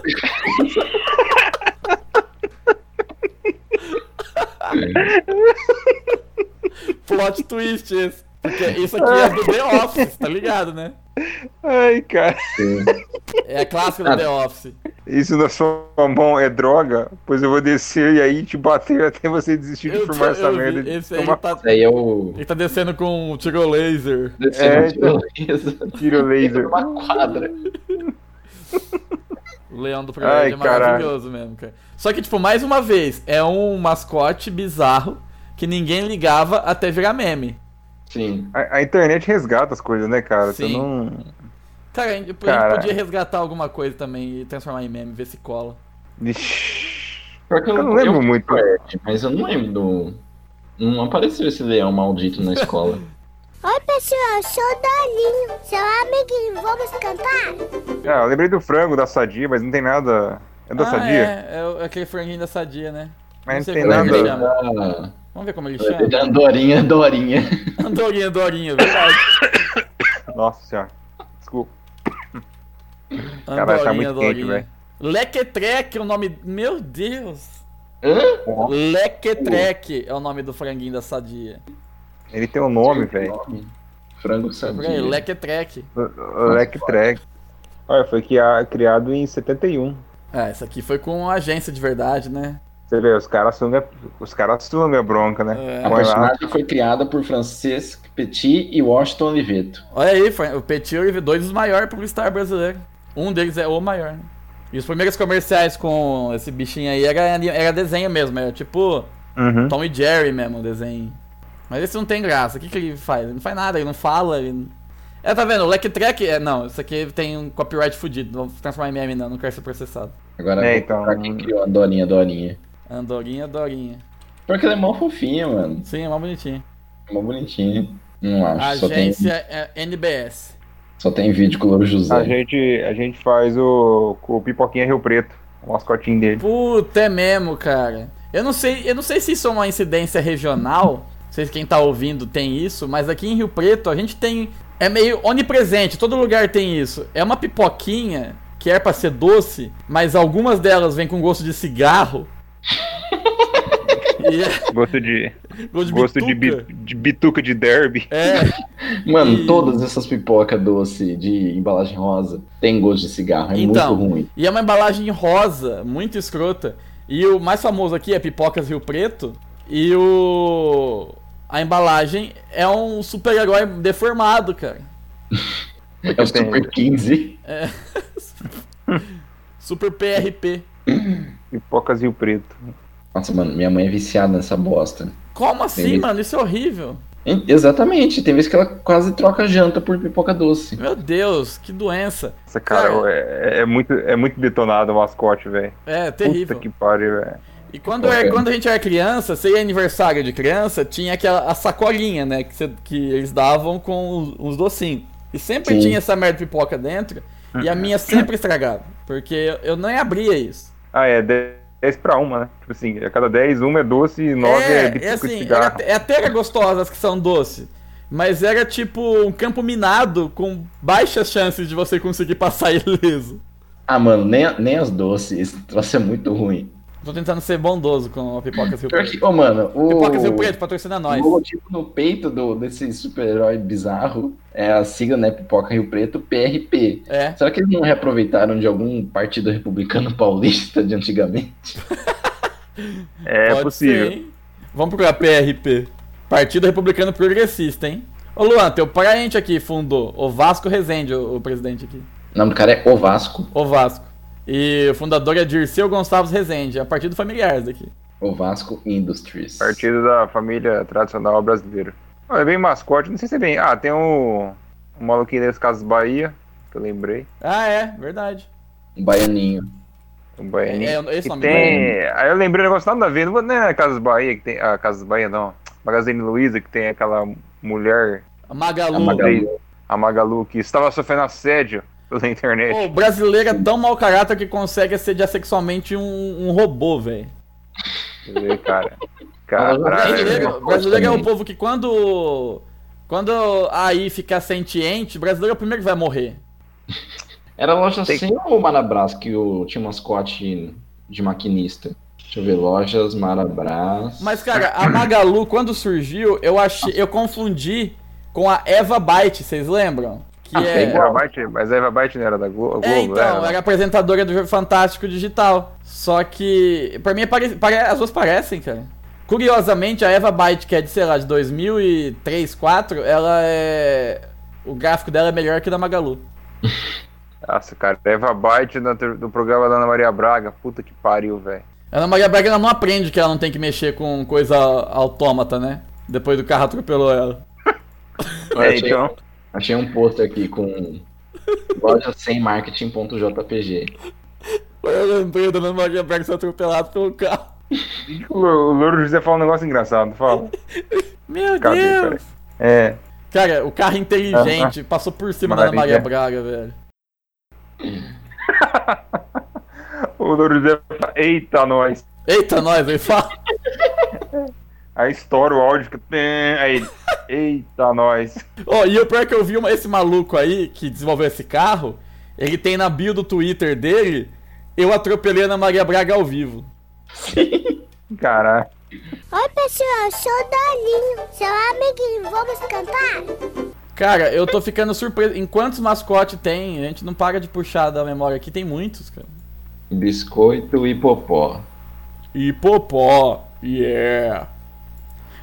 B: Plot twist esse. Porque isso aqui é do The Office, tá ligado, né?
D: Ai, cara.
C: Sim.
B: É a clássica do
C: Ah.
B: The Office.
D: Isso na sua mão é droga? Pois eu vou descer e aí te bater até você desistir de fumar essa
B: vi,
D: merda. de
B: esse aí
D: tomar
B: tá,
C: Isso aí é o.
B: ele tá descendo com um tiro laser.
D: É,
C: É,
D: tiro laser.
C: uma quadra.
B: O leão do primeiro
D: Ai,
B: é maravilhoso mesmo, cara. Só que, tipo, mais uma vez, é um mascote bizarro que ninguém ligava até virar meme.
C: Sim.
D: A, a internet resgata as coisas, né, cara? Você
B: Sim.
D: não.
B: Cara, a gente, a gente
D: Cara.
B: podia resgatar alguma coisa também e transformar em meme, ver se cola.
D: Ixi.
C: Pior que
D: Eu é, não lembro muito.
C: Mas eu não lembro do. Não apareceu esse leão maldito na escola.
E: Oi, pessoal, eu sou o Dolinho, seu amiguinho. Vamos cantar?
D: Ah, eu lembrei do frango da sadia, mas não tem nada. É da
B: ah,
D: sadia?
B: É, é o- aquele franguinho da sadia, né?
D: Mas
B: não
D: não
B: sei
D: tem
B: como é que ele
D: nada.
B: chama.
C: Ah,
B: Vamos ver como ele
C: eu
B: chama.
C: tenho Dorinha, Dorinha.
B: Dorinha, Dorinha, verdade.
D: Nossa senhora. Desculpa. Caralho, tá
B: Andorinha,
D: muito quente,
B: Dorinha.
D: velho.
B: Lequetrec é o nome. Meu Deus!
C: Hã?
B: Lequetrec é o nome do franguinho da sadia.
D: Ele tem um nome, velho.
C: Nome? Frango
B: Por aí,
C: sadia.
B: Lequetrec.
D: Leque Track. Olha, foi cria- criado em 71.
B: Ah, essa aqui foi com uma agência de verdade, né?
D: Você vê, os caras assumem a, os caras assumem a bronca, né?
B: É.
C: A
D: Põe lá.
C: personagem foi criada por Francesc Petit e Washington Oliveto.
B: Olha aí, Fran- o Petit e o Olive, dois dos maiores publicitários brasileiros. Um deles é o maior, né? E os primeiros comerciais com esse bichinho aí era, ani- era desenho mesmo, era tipo
D: Uhum.
B: Tom e Jerry mesmo, o desenho. Mas esse não tem graça, o que, que ele faz? Ele não faz nada, ele não fala, ele... não- É, tá vendo, o Leque Track... É, não, isso aqui tem um copyright fudido, não vou transformar em meme não, não quero ser processado.
C: Agora,
D: É,
C: é,
D: então-
C: pra quem criou a Dorinha, Dorinha.
B: Andorinha, Dorinha.
C: Pior que ela é mó fofinha, mano.
B: Sim, é mó bonitinho.
C: É Mó bonitinha. Não acho. Só tem,
B: Agência é, NBS.
C: só tem vídeo com o Louro José.
D: A gente, a gente faz o, com o Pipoquinha Rio Preto, o mascotinho dele.
B: Puta, é mesmo, cara. Eu não sei, eu não sei se isso é uma incidência regional. Não sei se quem tá ouvindo tem isso, mas aqui em Rio Preto a gente tem. É meio onipresente, todo lugar tem isso. É uma pipoquinha que é pra ser doce, mas algumas delas vêm com gosto de cigarro. e é
D: Gosto de,
B: gosto de
D: gosto de,
B: bituca.
D: bi- de bituca de derby.
B: É,
C: Mano,
B: E-
C: todas essas pipoca doce de embalagem rosa tem gosto de cigarro. É
B: Então.
C: muito ruim.
B: E é uma embalagem rosa, muito escrota. E o mais famoso aqui é Pipocas Rio Preto. E o. A embalagem é um super-herói deformado, cara.
C: É o
D: tenho.
C: Super 15.
B: É. super PRP.
D: Pipocas Rio Preto.
C: Nossa, mano, minha mãe é viciada nessa bosta.
B: Como assim,
C: Sim.
B: mano? Isso é horrível.
C: En- Exatamente, tem vez que ela quase troca janta por pipoca doce.
B: Meu Deus, que doença.
D: Essa cara,
B: Cara.
D: é, é muito, é muito detonado o mascote, velho.
B: É,
D: Puta
B: terrível.
D: que pariu, velho.
B: E quando, é,
C: Qualquer.
B: quando a gente era criança, seria aniversário de criança, tinha aquela a sacolinha, né? Que, cê- que eles davam com os, os docinhos. E sempre
C: Sim.
B: tinha essa merda de pipoca dentro, e a minha sempre estragava. Porque eu, eu nem abria isso.
D: Ah, é 10 pra uma, né? Tipo assim, a cada 10, uma é doce e 9 é,
B: é,
D: bituca
B: é
D: de
B: assim, era,
D: cigarro.
B: é até era gostosa as que são doce. Mas era tipo um campo minado com baixas chances de você conseguir passar ileso.
C: Ah, mano, nem, a- nem as doces. Esse troço é muito ruim.
B: Tô tentando ser bondoso com a pipoca Rio
C: Pior
B: Preto.
C: que, ô, mano, o.
B: Pipoca Rio Preto, patrocina nós.
C: O logotipo no peito do, desse super-herói bizarro é a sigla, né? Pipoca Rio Preto, PRP.
B: É.
C: Será que eles não reaproveitaram de algum partido republicano paulista de antigamente?
D: É
B: Pode
D: possível.
B: ser, hein? Vamos procurar PRP. Partido Republicano Progressista, hein? Ô Luan, teu parente aqui fundou. O Vasco Rezende, o, o presidente aqui.
C: O nome do cara é O Vasco.
B: O Vasco. E o fundador é Dirceu Gonçalves Rezende. É partido familiar esse daqui.
C: O Vasco Industries.
D: Partido da família tradicional brasileira. Ah, é bem mascote, não sei se é bem. Ah, tem o. O maluquinho das Casas Bahia, que eu lembrei.
B: Ah, é, verdade.
C: Um baianinho.
D: O Bahia.
B: É, é esse
D: Um Que
B: nome
D: tem. Aí eu lembrei um negócio nada a ver, não vou- não é a Casas Bahia que tem. A Casas Bahia não. Magazine Luiza que tem aquela mulher,
B: A Magalu.
C: A Magalu.
D: a Magalu, que estava sofrendo assédio pela internet.
B: Pô, o brasileiro é tão mau caráter que consegue assediar sexualmente um, um robô, velho.
D: Quer dizer, cara.
C: Mas o
D: Caralho.
C: brasileiro-
D: velho.
B: Brasileiro, brasileiro é o povo que quando. Quando aí ficar sentiente, brasileiro é o primeiro que vai morrer.
C: Era a loja assim.
D: Tem-
C: sem ou Marabras que o, tinha um mascote de maquinista? Deixa eu ver, lojas, Marabras.
B: Mas, cara, a Magalu, quando surgiu, eu achei. Eu confundi com a Eva Byte, vocês lembram? Que
C: Ah,
B: é...
C: pegou.
D: Eva Byte- mas a Eva Byte não era da Glo- Globo?
B: É, então,
D: né?
B: era apresentadora do Jogo Fantástico Digital. Só que, pra mim, pare... pare- as duas parecem, cara. Curiosamente, a Eva Byte, que é de, sei lá, de 2003, 2004, ela é... O gráfico dela é melhor que o da Magalu. é.
D: Nossa, cara, Eva Byte na- do programa da Ana Maria Braga. Puta que pariu, velho.
B: A Ana Maria Braga ela não aprende que ela não tem que mexer com coisa autômata, né? Depois do carro atropelou ela.
C: Olha,
D: É,
C: achei,
D: então.
C: achei um pôster aqui com loja sem marketing.jpg.
B: Eu lembrei da Ana Maria Braga ser atropelada pelo carro.
D: O tipo, o Louro José fala um negócio engraçado, fala.
B: Meu
D: Cadê,
B: Deus!
D: É,
B: Cara, o carro inteligente passou por cima da Ana Maria
D: Maravilha.
B: Braga, velho.
D: o Louro José fala, eita, nós.
B: Eita, nós, ele fala.
D: Aí estoura o áudio, fica... Aí, eita, nós.
B: Ó, e o pior que eu vi uma- esse maluco aí que desenvolveu esse carro, ele tem na bio do Twitter dele, eu atropelei a Ana Maria Braga ao vivo.
D: Caralho.
E: Oi, pessoal, eu sou o Dolinho. Seu amiguinho, vamos cantar?
B: Cara, eu tô ficando surpreso. Enquanto mascote tem, a gente não para de puxar da memória aqui, tem muitos, cara.
C: Biscoito e popó.
B: Hipopó, yeah.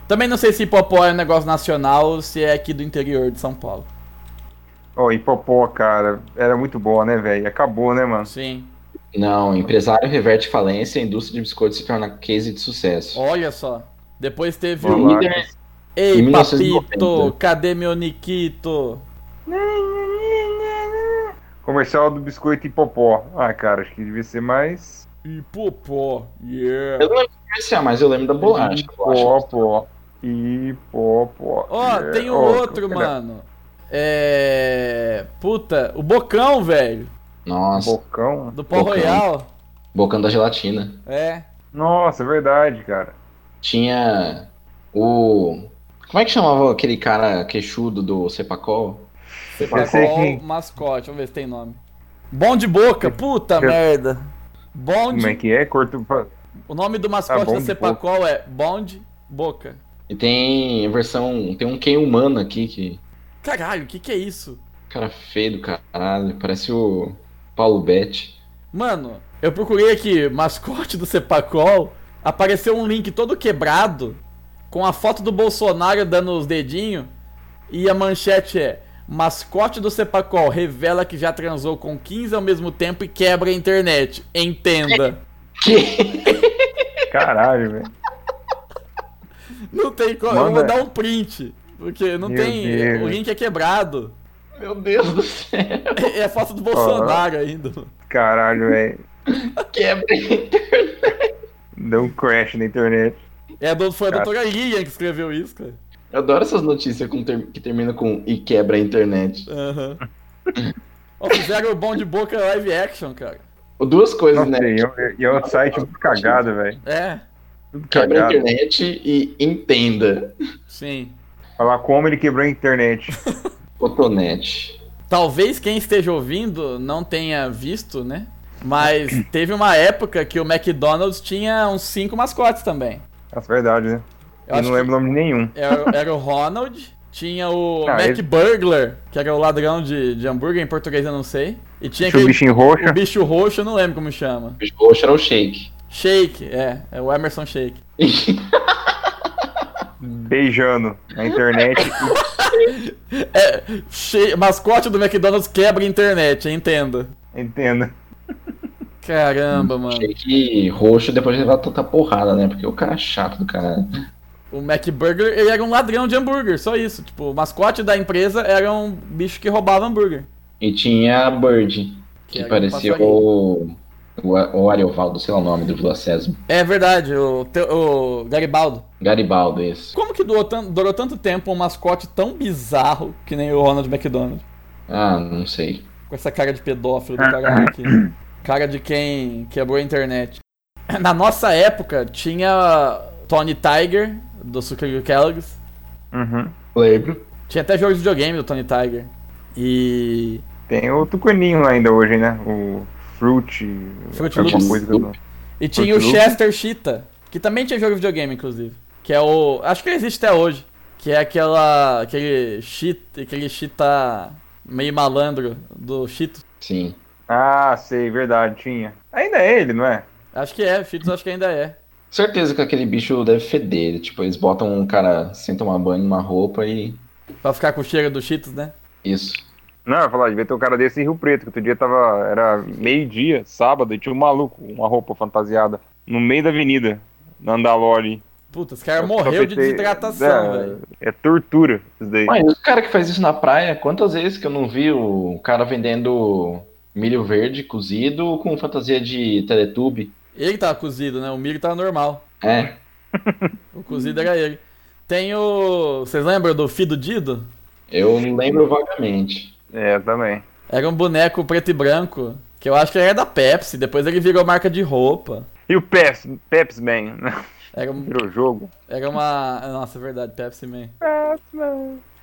B: Também não sei se hipopó é um negócio nacional ou se é aqui do interior de São Paulo.
D: Ô, e Popó, cara, era muito boa, né, velho? Acabou, né, mano?
B: Sim.
C: Não, empresário reverte falência, a indústria de biscoito se torna case de sucesso.
B: Olha só. Depois teve
D: Vamos
B: o.
D: lá.
C: Líder-
B: Ei,
C: Em
B: papito,
C: 1990.
B: cadê meu Nikito?
D: Comercial do biscoito e Popó. Ah, cara, acho que devia ser mais.
B: Hipopó, yeah.
C: Eu não lembro do comercial, mas eu lembro da bolacha. bolacha.
D: Popó, pó. E Popó.
B: Ó,
D: É,
B: tem o
D: ó,
B: outro,
D: cara,
B: mano. É. Puta, o Bocão, velho.
C: Nossa,
D: um Bocão.
B: Do Pau
C: Bocão.
B: Royal.
C: bocão da gelatina.
B: É.
D: Nossa, é verdade, cara.
C: Tinha o. Como é que chamava aquele cara queixudo do Cepacol?
D: Eu sei
B: Qual
D: quem-
B: mascote? Vamos ver se tem nome. Bom de boca, puta merda. Bond.
D: Como é que é? Corto. pra-
B: O nome do mascote
D: Ah, Bom
B: da
D: de
B: Cepacol é Bond Boca.
C: E tem a versão. Tem um quem humano aqui que.
B: Caralho, o que, que é isso?
C: Cara feio do caralho. Parece o Paulo Betti.
B: Mano, eu procurei aqui mascote do Cepacol, apareceu um link todo quebrado com a foto do Bolsonaro dando os dedinhos e a manchete é: Mascote do Cepacol revela que já transou com 15 ao mesmo tempo e quebra a internet. Entenda.
D: Caralho, velho.
B: Não tem como, eu
D: Manda.
B: vou dar um print. Porque não
D: é. Meu
B: tem.
D: Deus.
B: O link é quebrado.
C: Meu Deus do céu.
B: É a foto do Bolsonaro ainda.
D: Caralho, velho.
C: Quebra a internet.
D: Deu um crash na internet.
B: É do, foi a
D: Cara.
B: doutora Lilian que escreveu isso, cara.
C: Eu adoro essas notícias com ter- que terminam com e quebra a internet.
B: Aham. Ó, fizeram o bom de boca live action, cara.
C: Duas coisas,
D: Nossa,
C: né?
D: e é- e é um site muito cagado, velho.
B: É,
D: Tudo
C: Quebra a
D: cagado.
C: internet e entenda.
B: sim.
D: Falar como ele quebrou a internet.
C: Cotonete.
B: Talvez quem esteja ouvindo não tenha visto, né? Mas teve uma época que o McDonald's tinha uns cinco mascotes também.
D: Nossa, verdade, né?
B: Eu
D: Eu,
B: acho
D: não lembro o nome de nenhum.
B: Era, era o Ronald, tinha o
D: Ah, ele-
B: McBurglar, que era o ladrão de, de hambúrguer, em português eu não sei. E tinha
D: Tinha o
B: aquele,
D: bichinho roxo.
B: o bicho roxo, eu não lembro como chama.
C: O roxo era o shake.
B: Shake, é, é o Emerson Shake.
D: beijando na internet.
B: É, Shake- mascote do McDonald's quebra a internet, entenda.
D: Entenda. Hum,
B: Caramba, mano.
C: Shake roxo depois de levar tanta porrada, né? Porque o cara é chato do caralho.
B: O McBurger, ele era um ladrão de hambúrguer, só isso. Tipo, o mascote da empresa era um bicho que roubava hambúrguer.
C: E tinha a Bird,
B: Que
C: que
B: era um
C: parecia
B: passarinho.
C: o. O, A- o Ariovaldo, sei lá o nome do Vila Sésamo.
B: É verdade, o, te- o Garibaldo.
C: Garibaldo, esse.
B: Como que durou, tan- durou tanto tempo um mascote tão bizarro que nem o Ronald McDonald?
C: Ah, não sei.
B: Com essa cara de pedófilo do caralho aqui. Cara de quem quebrou a internet. Na nossa época, tinha Tony Tiger, do Sucrilho Kellogg's.
D: Uhum.
C: Lembro.
B: Tinha até jogos de videogame do Tony Tiger. E.
D: Tem o tucaninho lá ainda hoje, né? O Fruit.
B: Fruit
D: alguma
B: Loops.
D: coisa que eu não-
B: E tinha o
D: Fruit Loops.
B: Chester Cheetah, que também tinha jogo de videogame, inclusive. Que é o. Acho que ele existe até hoje. Que é aquela. aquele cheat, aquele cheetah meio malandro do Cheetos.
C: Sim.
D: Ah, sei, verdade, tinha. Ainda é ele, não é?
B: Acho que é, Cheetos acho que ainda é.
C: Certeza que aquele bicho deve feder. Tipo, eles botam um cara sem tomar banho numa roupa e.
B: Pra ficar com o cheiro do Cheetos, né?
C: Isso.
D: Não, eu ia falar, devia ter um cara desse em Rio Preto, que outro dia tava. Era meio-dia, sábado, e tinha um maluco, uma roupa fantasiada, no meio da avenida, na Andalore.
B: Puta, esse cara morreu de desidratação,
D: é,
B: velho.
D: É tortura isso daí.
C: Mas o cara que faz isso na praia, quantas vezes que eu não vi o cara vendendo milho verde cozido com fantasia de Teletube?
B: Ele tava cozido, né? O milho tava normal.
C: É.
B: O cozido era ele. Tem o. Vocês lembram do Fido Dido?
C: Eu lembro vagamente.
D: É, eu também.
B: Era um boneco preto e branco, que eu acho que era da Pepsi, depois ele virou marca de roupa.
D: E o Pepsi, Pepsi Man, né?
B: Era, um-
D: Virou jogo.
B: era uma. Nossa, é verdade, Pepsi Man.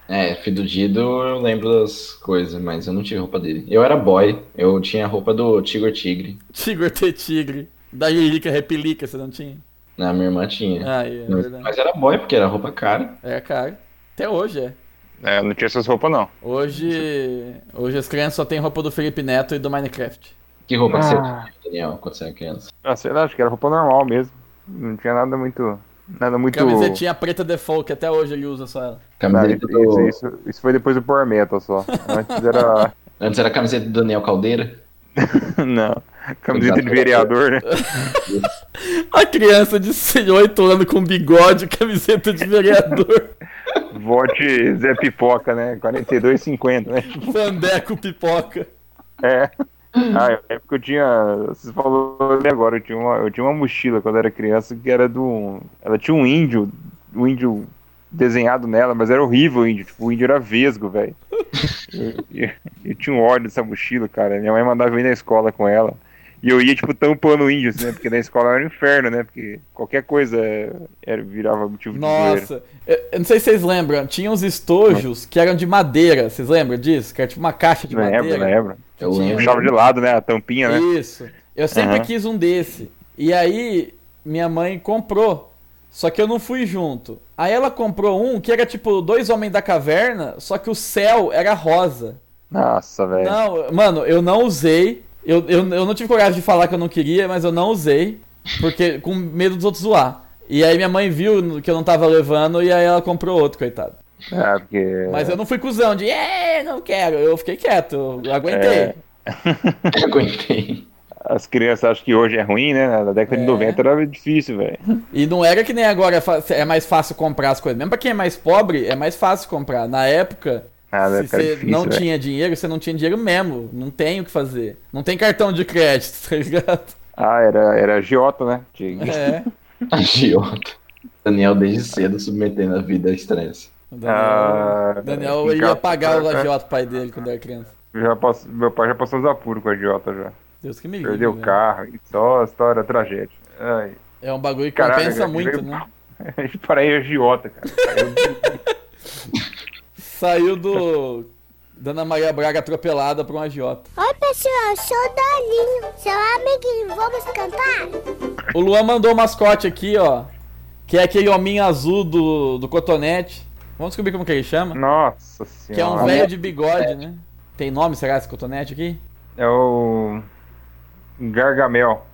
C: É, filho do Dido, eu lembro das coisas, mas eu não tive roupa dele. Eu era boy, eu tinha a roupa do Tigre Tigre.
B: Tigre T Tigre. Da Lirica Repelica, você não tinha?
C: Na né? minha irmã tinha.
B: Ah, é
C: Não,
B: verdade.
C: mas era boy, porque era roupa cara.
B: Era caro. Até hoje é.
D: É, eu não tinha essas roupas, não.
B: Hoje. Hoje as crianças só têm roupa do Felipe Neto e do Minecraft.
C: Que roupa que você
D: Ah.
C: tinha, Daniel, quando você era criança?
D: Ah, sei lá, acho que era roupa normal mesmo. Não tinha nada muito. Nada muito.
B: Camisetinha preta default, que até hoje ele usa só ela.
D: Não,
C: Camiseta
D: isso,
C: do...
D: isso, isso- isso foi depois do Power Metal só. Antes era.
C: Antes era a camiseta do Daniel Caldeira.
D: não. Camiseta de
C: Exato.
D: vereador, né?
B: A criança de 8 anos com bigode, camiseta de vereador,
D: Vote Zé Pipoca, né? 42,50, né?
B: fandeco, pipoca.
D: É. Ah, eu lembro que eu tinha. Vocês falaram ali agora, eu tinha, uma, eu tinha uma mochila quando eu era criança que era do. Ela tinha um índio, um índio desenhado nela, mas era horrível o índio. Tipo, o índio era vesgo, velho. Eu, eu- eu tinha um ódio dessa mochila, cara. Minha mãe mandava eu ir na escola com ela. E eu ia, tipo, tampando o índio, assim, né? Porque na escola era um inferno, né? Porque qualquer coisa era, virava motivo de zoeira.
B: Nossa, eu, eu não sei se vocês lembram, tinha uns estojos que eram de madeira, vocês lembram disso? Que era tipo uma caixa de
D: Lembra,
B: madeira. É
D: lembra?
C: Eu
B: Tinha.
C: lembro.
D: Puxava de lado, né? A tampinha, né?
B: Isso. Eu sempre
D: Aham.
B: quis um desse. E aí, minha mãe comprou. Só que eu não fui junto. Aí ela comprou um que era tipo dois homens da caverna, só que o céu era rosa.
D: Nossa, velho.
B: Não, mano, eu não usei. Eu, eu, eu não tive coragem de falar que eu não queria, mas eu não usei. Porque com medo dos outros zoar. E aí minha mãe viu que eu não tava levando e aí ela comprou outro, coitado.
D: Ah, porque.
B: Mas eu não fui cuzão de, é, não quero. Eu fiquei quieto, eu aguentei.
D: É.
C: Eu aguentei.
D: As crianças acham que hoje é ruim, né? Na década
B: É.
D: de 90 era difícil, velho.
B: E não era que nem agora é fa- é mais fácil comprar as coisas. Mesmo pra quem é mais pobre, é mais fácil comprar. Na época,
D: Ah, na
B: se
D: época era
B: você
D: difícil,
B: não
D: velho.
B: tinha dinheiro, você não tinha dinheiro mesmo. Não tem o que fazer. Não tem cartão de crédito, tá ligado?
D: Ah, era, era agiota, né? Tinha-
B: É.
C: Agiota. Daniel desde cedo submetendo a vida a estresse.
B: O
D: Ah,
B: Daniel, Daniel
D: já-
B: ia pagar o
D: é, é.
B: agiota pro pai dele quando era criança.
D: Já passou- meu pai já passou uns apuros com a agiota já.
B: Deus que me livre.
D: Perdeu o
B: velho.
D: carro, e só história, tragédia. Ai,
B: É um bagulho que
D: Caralho,
B: compensa
D: cara,
B: muito,
D: veio-
B: né?
D: parei agiota, cara.
B: Saiu do. da Ana Maria Braga atropelada por um agiota.
E: Oi, pessoal, eu sou o Dolinho. Seu amiguinho, vamos cantar?
B: O Luan mandou o mascote aqui, ó. Que é aquele hominho azul do, do cotonete. Vamos descobrir como que ele chama.
D: Nossa
B: Que é um
D: senhora.
B: velho de bigode, né? Tem nome, será, esse cotonete aqui?
D: É o. Gargamel.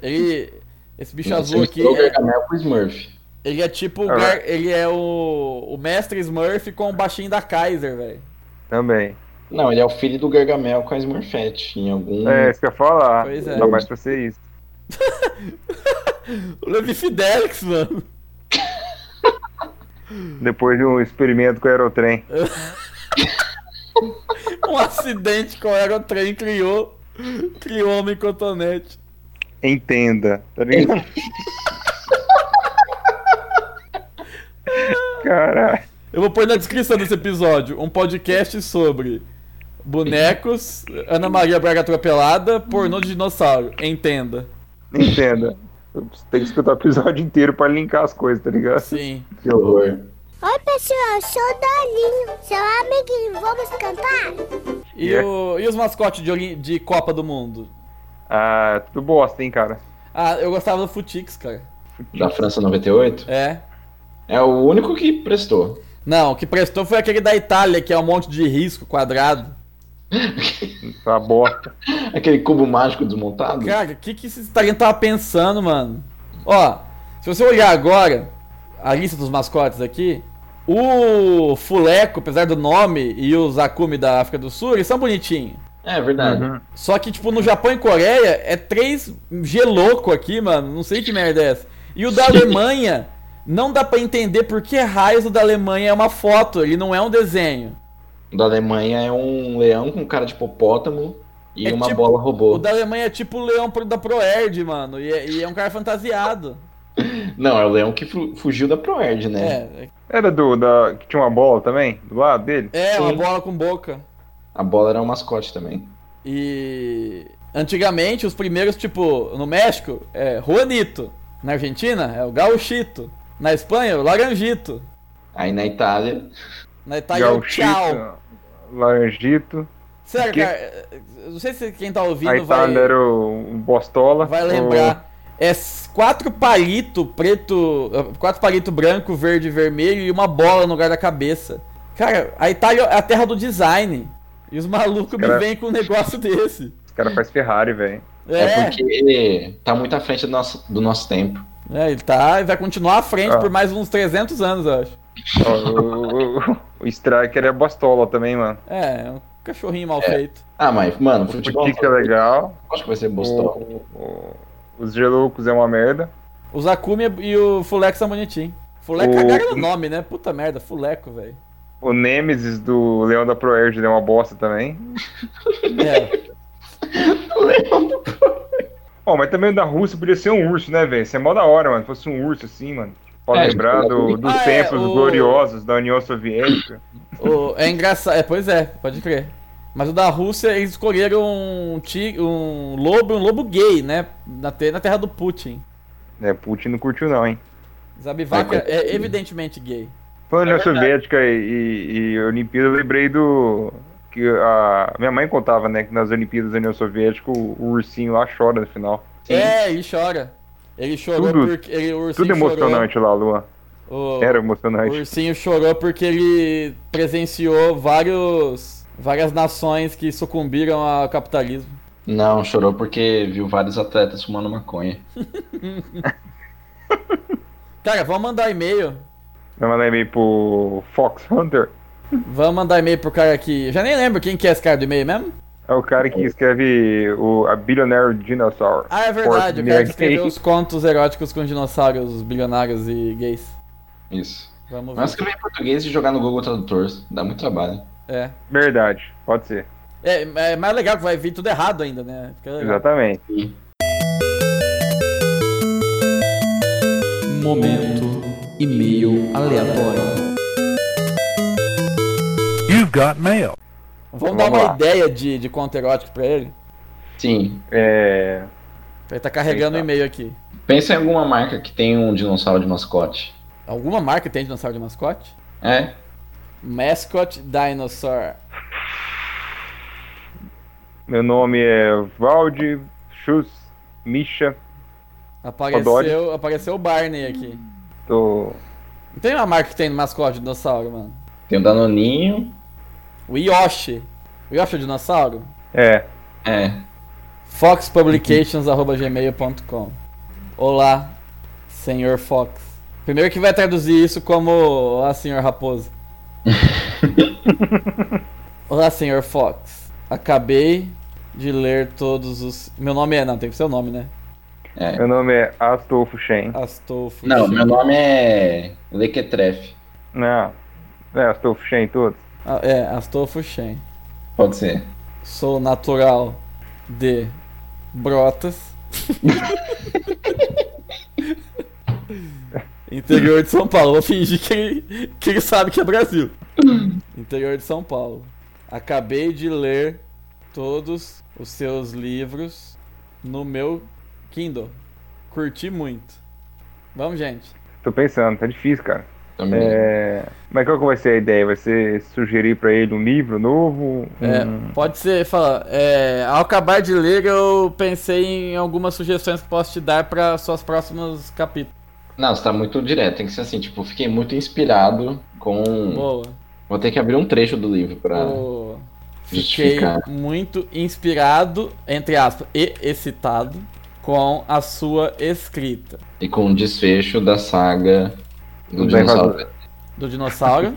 B: Ele. Esse bicho
C: Você
B: azul aqui,
C: misturou o
B: é-
C: Gargamel com o Smurf.
B: ele é tipo. o
D: Ah,
B: gar- Ele é o. O mestre Smurf com o baixinho da Kaiser, velho.
D: Também.
C: Não, ele é o filho do Gargamel com a Smurfette. Em algum.
D: É, isso que eu ia falar.
B: Pois é.
D: Não mais pra ser isso.
B: O Levi Fidelix, mano.
D: Depois de um experimento com o aerotrem.
B: Um acidente com o aerotrem criou. Criou o homem cotonete.
D: Entenda, tá ligado? Caralho.
B: Eu vou pôr na descrição desse episódio um podcast sobre bonecos, Ana Maria Braga atropelada, pornô de dinossauro. Entenda.
D: Entenda. Tem que escutar o episódio inteiro pra linkar as coisas, tá ligado?
B: Sim.
C: Que horror.
E: Oi, pessoal, eu sou o Dolinho. Seu amiguinho, vamos cantar?
B: E,
D: Yeah.
B: o- e os mascotes de, Olim- de Copa do Mundo?
D: Ah, tudo bosta, hein, cara.
B: Ah, eu gostava do Futix, cara.
C: Da França 98?
B: É.
C: É o único que prestou.
B: Não, o que prestou foi aquele da Itália, que é um monte de risco quadrado.
D: Essa Tá bosta.
C: Aquele cubo mágico desmontado.
B: Cara, o que, que esse italiano tava pensando, mano? Ó, se você olhar agora a lista dos mascotes aqui, o Fuleco, apesar do nome, e o Zakumi da África do Sul, eles são bonitinhos.
C: É verdade.
D: Uhum.
B: Só que, tipo, no Japão e Coreia é três G louco aqui, mano. Não sei que merda é essa. E o da Alemanha, não dá pra entender por que raios o da Alemanha é uma foto, ele não é um desenho. Uhum.
C: O da Alemanha é um leão com cara de hipopótamo e
B: É
C: uma
B: tipo-
C: bola
B: O
C: robô.
B: da Alemanha é tipo o leão pro- da Proerd, mano. E é, e é um cara fantasiado.
C: Não, é o leão que fu- fugiu da Proerd, né?
B: É,
D: Era do. Da, que tinha uma bola também, do lado dele?
B: é uma
C: Sim.
B: bola com boca.
C: A bola era um mascote também.
B: E antigamente os primeiros, tipo, no México, é Juanito. Na Argentina é o Gauchito. Na Espanha, é o Laranjito.
C: Aí na Itália,
B: Na Itália, é o Tchau.
D: Laranjito.
B: Sério,
D: Que-
B: cara, é, eu não sei se quem tá
D: a
B: ouvindo vai,
D: Itália era o, o Bostola.
B: vai
D: o-
B: lembrar. É s- quatro palito preto, eh, quatro palito branco, verde e vermelho e uma bola no lugar da cabeça. Cara, a Itália é a terra do design. E os malucos me
D: Cara-
B: vêm com um negócio desse.
D: Os caras fazem Ferrari, velho.
C: é,
B: É,
C: porque tá muito à frente do nosso, do nosso tempo.
B: é, ele tá, ele vai continuar à frente
D: Ah.
B: por mais uns 300 anos, eu acho.
D: Ó, o, o, o Striker é Bostola também, mano.
B: É, é um cachorrinho mal
C: É.
B: feito.
C: Ah, mas, mano,
D: O
C: futebol.
D: Tico é legal.
C: Acho que vai ser Boston.
D: O, o- os Geloucos é uma merda.
B: O Zakumi e o Fuleco são bonitinhos. Fuleco
D: O-
B: cagaram no nome, né? Puta merda, Fuleco, velho.
D: O Nemesis do Leão da Proerd é uma bosta também.
B: É.
D: Ó, mas também o da Rússia podia ser um urso, né, velho? Isso é mó da hora, mano. Fosse um urso assim, mano. Pode
C: É,
D: lembrar
C: tipo,
D: do- dos
B: Ah, é,
D: tempos
B: o-
D: gloriosos da União Soviética.
B: O- é engraçado. É, pois é, pode crer. Mas o da Rússia, eles escolheram um, ti- um lobo, um lobo gay, né? Na, te- na terra do Putin.
D: É, Putin não curtiu não, hein?
B: Zabivaka
C: É,
B: é,
C: coitado.
B: evidentemente gay.
D: Falando
C: É
D: União Soviética e, e, e Olimpíada, eu lembrei do... Que a minha mãe contava, né, que nas Olimpíadas da União Soviética o, o ursinho lá chora no final.
C: Sim.
B: É, ele chora. Ele chorou
D: Tudo-
B: porque. Ele, o ursinho
D: Tudo emocionante É, lá, Luan.
B: Chorou, o,
D: Era
B: O
D: emocionante.
B: ursinho chorou porque ele presenciou vários, várias nações que sucumbiram ao capitalismo.
C: Não, chorou porque viu vários atletas fumando maconha.
B: Cara, vamos mandar e-mail.
D: Vai mandar e-mail pro Fox Hunter.
B: Vamos mandar e-mail pro cara aqui. Já nem lembro quem que é esse cara do e-mail mesmo.
D: É o cara que escreve o, a Billionaire Dinosaur.
B: Ah, é
D: Fourth
B: verdade. O cara que
D: Gay.
B: escreveu os contos eróticos com dinossauros bilionários e gays.
C: Isso.
B: Vamos
C: Mas
B: ver.
C: escrever em português e jogar no Google Tradutor dá muito trabalho.
B: É.
D: Verdade, pode ser.
B: É, é mais legal que vai vir tudo errado ainda, né? Fica legal.
D: Exatamente.
B: Momento e-mail aleatório.
F: You've got mail.
B: Vamos, dar
D: Vamos
B: uma
D: lá.
B: ideia de, de conto erótico pra ele?
C: Sim.
D: É,
B: Ele tá carregando o
D: Eita.
B: e-mail aqui.
C: Pensa em alguma marca que tem um dinossauro de mascote.
B: Alguma marca tem dinossauro de mascote?
C: É?
B: Mascot Dinosaur.
D: meu nome é Valdi Schus Misha.
B: Apareceu, apareceu o Barney aqui.
D: Tô...
B: Não tem uma marca que tem no mascote de dinossauro, mano.
C: Tem o Danoninho.
B: O Yoshi. O Yoshi é o dinossauro?
D: É,
C: É.
B: foxpublications.gmail.com Olá, senhor Fox. Primeiro que vai traduzir isso como Olá, senhor Raposo. Olá, senhor Fox. Acabei de ler todos os... Meu nome é... Não, tem que ser o nome, né?
C: é.
D: meu nome é Astolfo Shen.
B: Astolfo.
C: Não, meu nome é Lequetref.
D: Não, é Astolfo Shen todos.
B: Ah, É, Astolfo Shen.
C: Pode ser.
B: Sou natural de Brotas. Interior de São Paulo. Vou fingir que ele, que ele sabe que é Brasil. Interior de São Paulo. Acabei de ler todos os seus livros no meu Kindle. Curti muito. Vamos, gente.
D: Tô pensando, tá difícil, cara.
C: Também.
D: É... Mas qual que vai ser a ideia? Vai ser sugerir pra ele um livro novo?
B: É,
D: Um-
B: pode ser, fala, é, ao acabar de ler, eu pensei em algumas sugestões que posso te dar para seus próximos capítulos.
C: Não, você tá muito direto, tem que ser assim, tipo, fiquei muito inspirado com.
B: Boa.
C: Vou ter que abrir um trecho do livro pra.
B: Boa. Fiquei
C: justificar.
B: muito inspirado, entre aspas, e excitado com a sua escrita.
C: E com o desfecho da saga do
D: Do
C: dinossauro
B: Do dinossauro,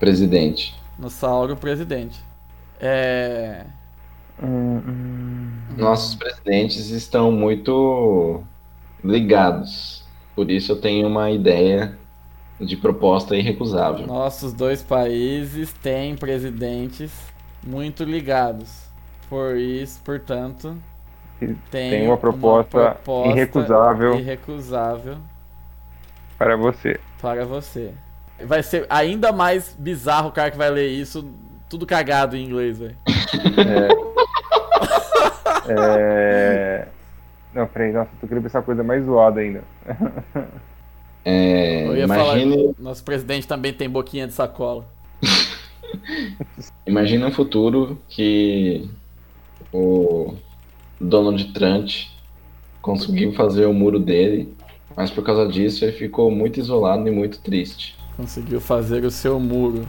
C: presidente.
B: dinossauro presidente. É.
D: hum,
C: Nossos presidentes estão muito ligados. Por isso eu tenho uma ideia de proposta irrecusável.
B: Nossos dois países têm presidentes muito ligados. Por isso, portanto,
D: Tem
B: tem
D: uma proposta irrecusável.
B: irrecusável
D: Para você.
B: para você. Vai ser ainda mais bizarro o cara que vai ler isso, tudo cagado em inglês, velho.
D: É... Não, peraí, nossa, tô querendo pensar uma coisa mais zoada ainda.
C: É,
B: Eu ia
C: imagine,
B: falar, nosso presidente também tem boquinha de sacola.
C: imagine um futuro que o Donald Trump conseguiu fazer o muro dele, mas por causa disso ele ficou muito isolado e muito triste.
B: Conseguiu fazer o seu muro,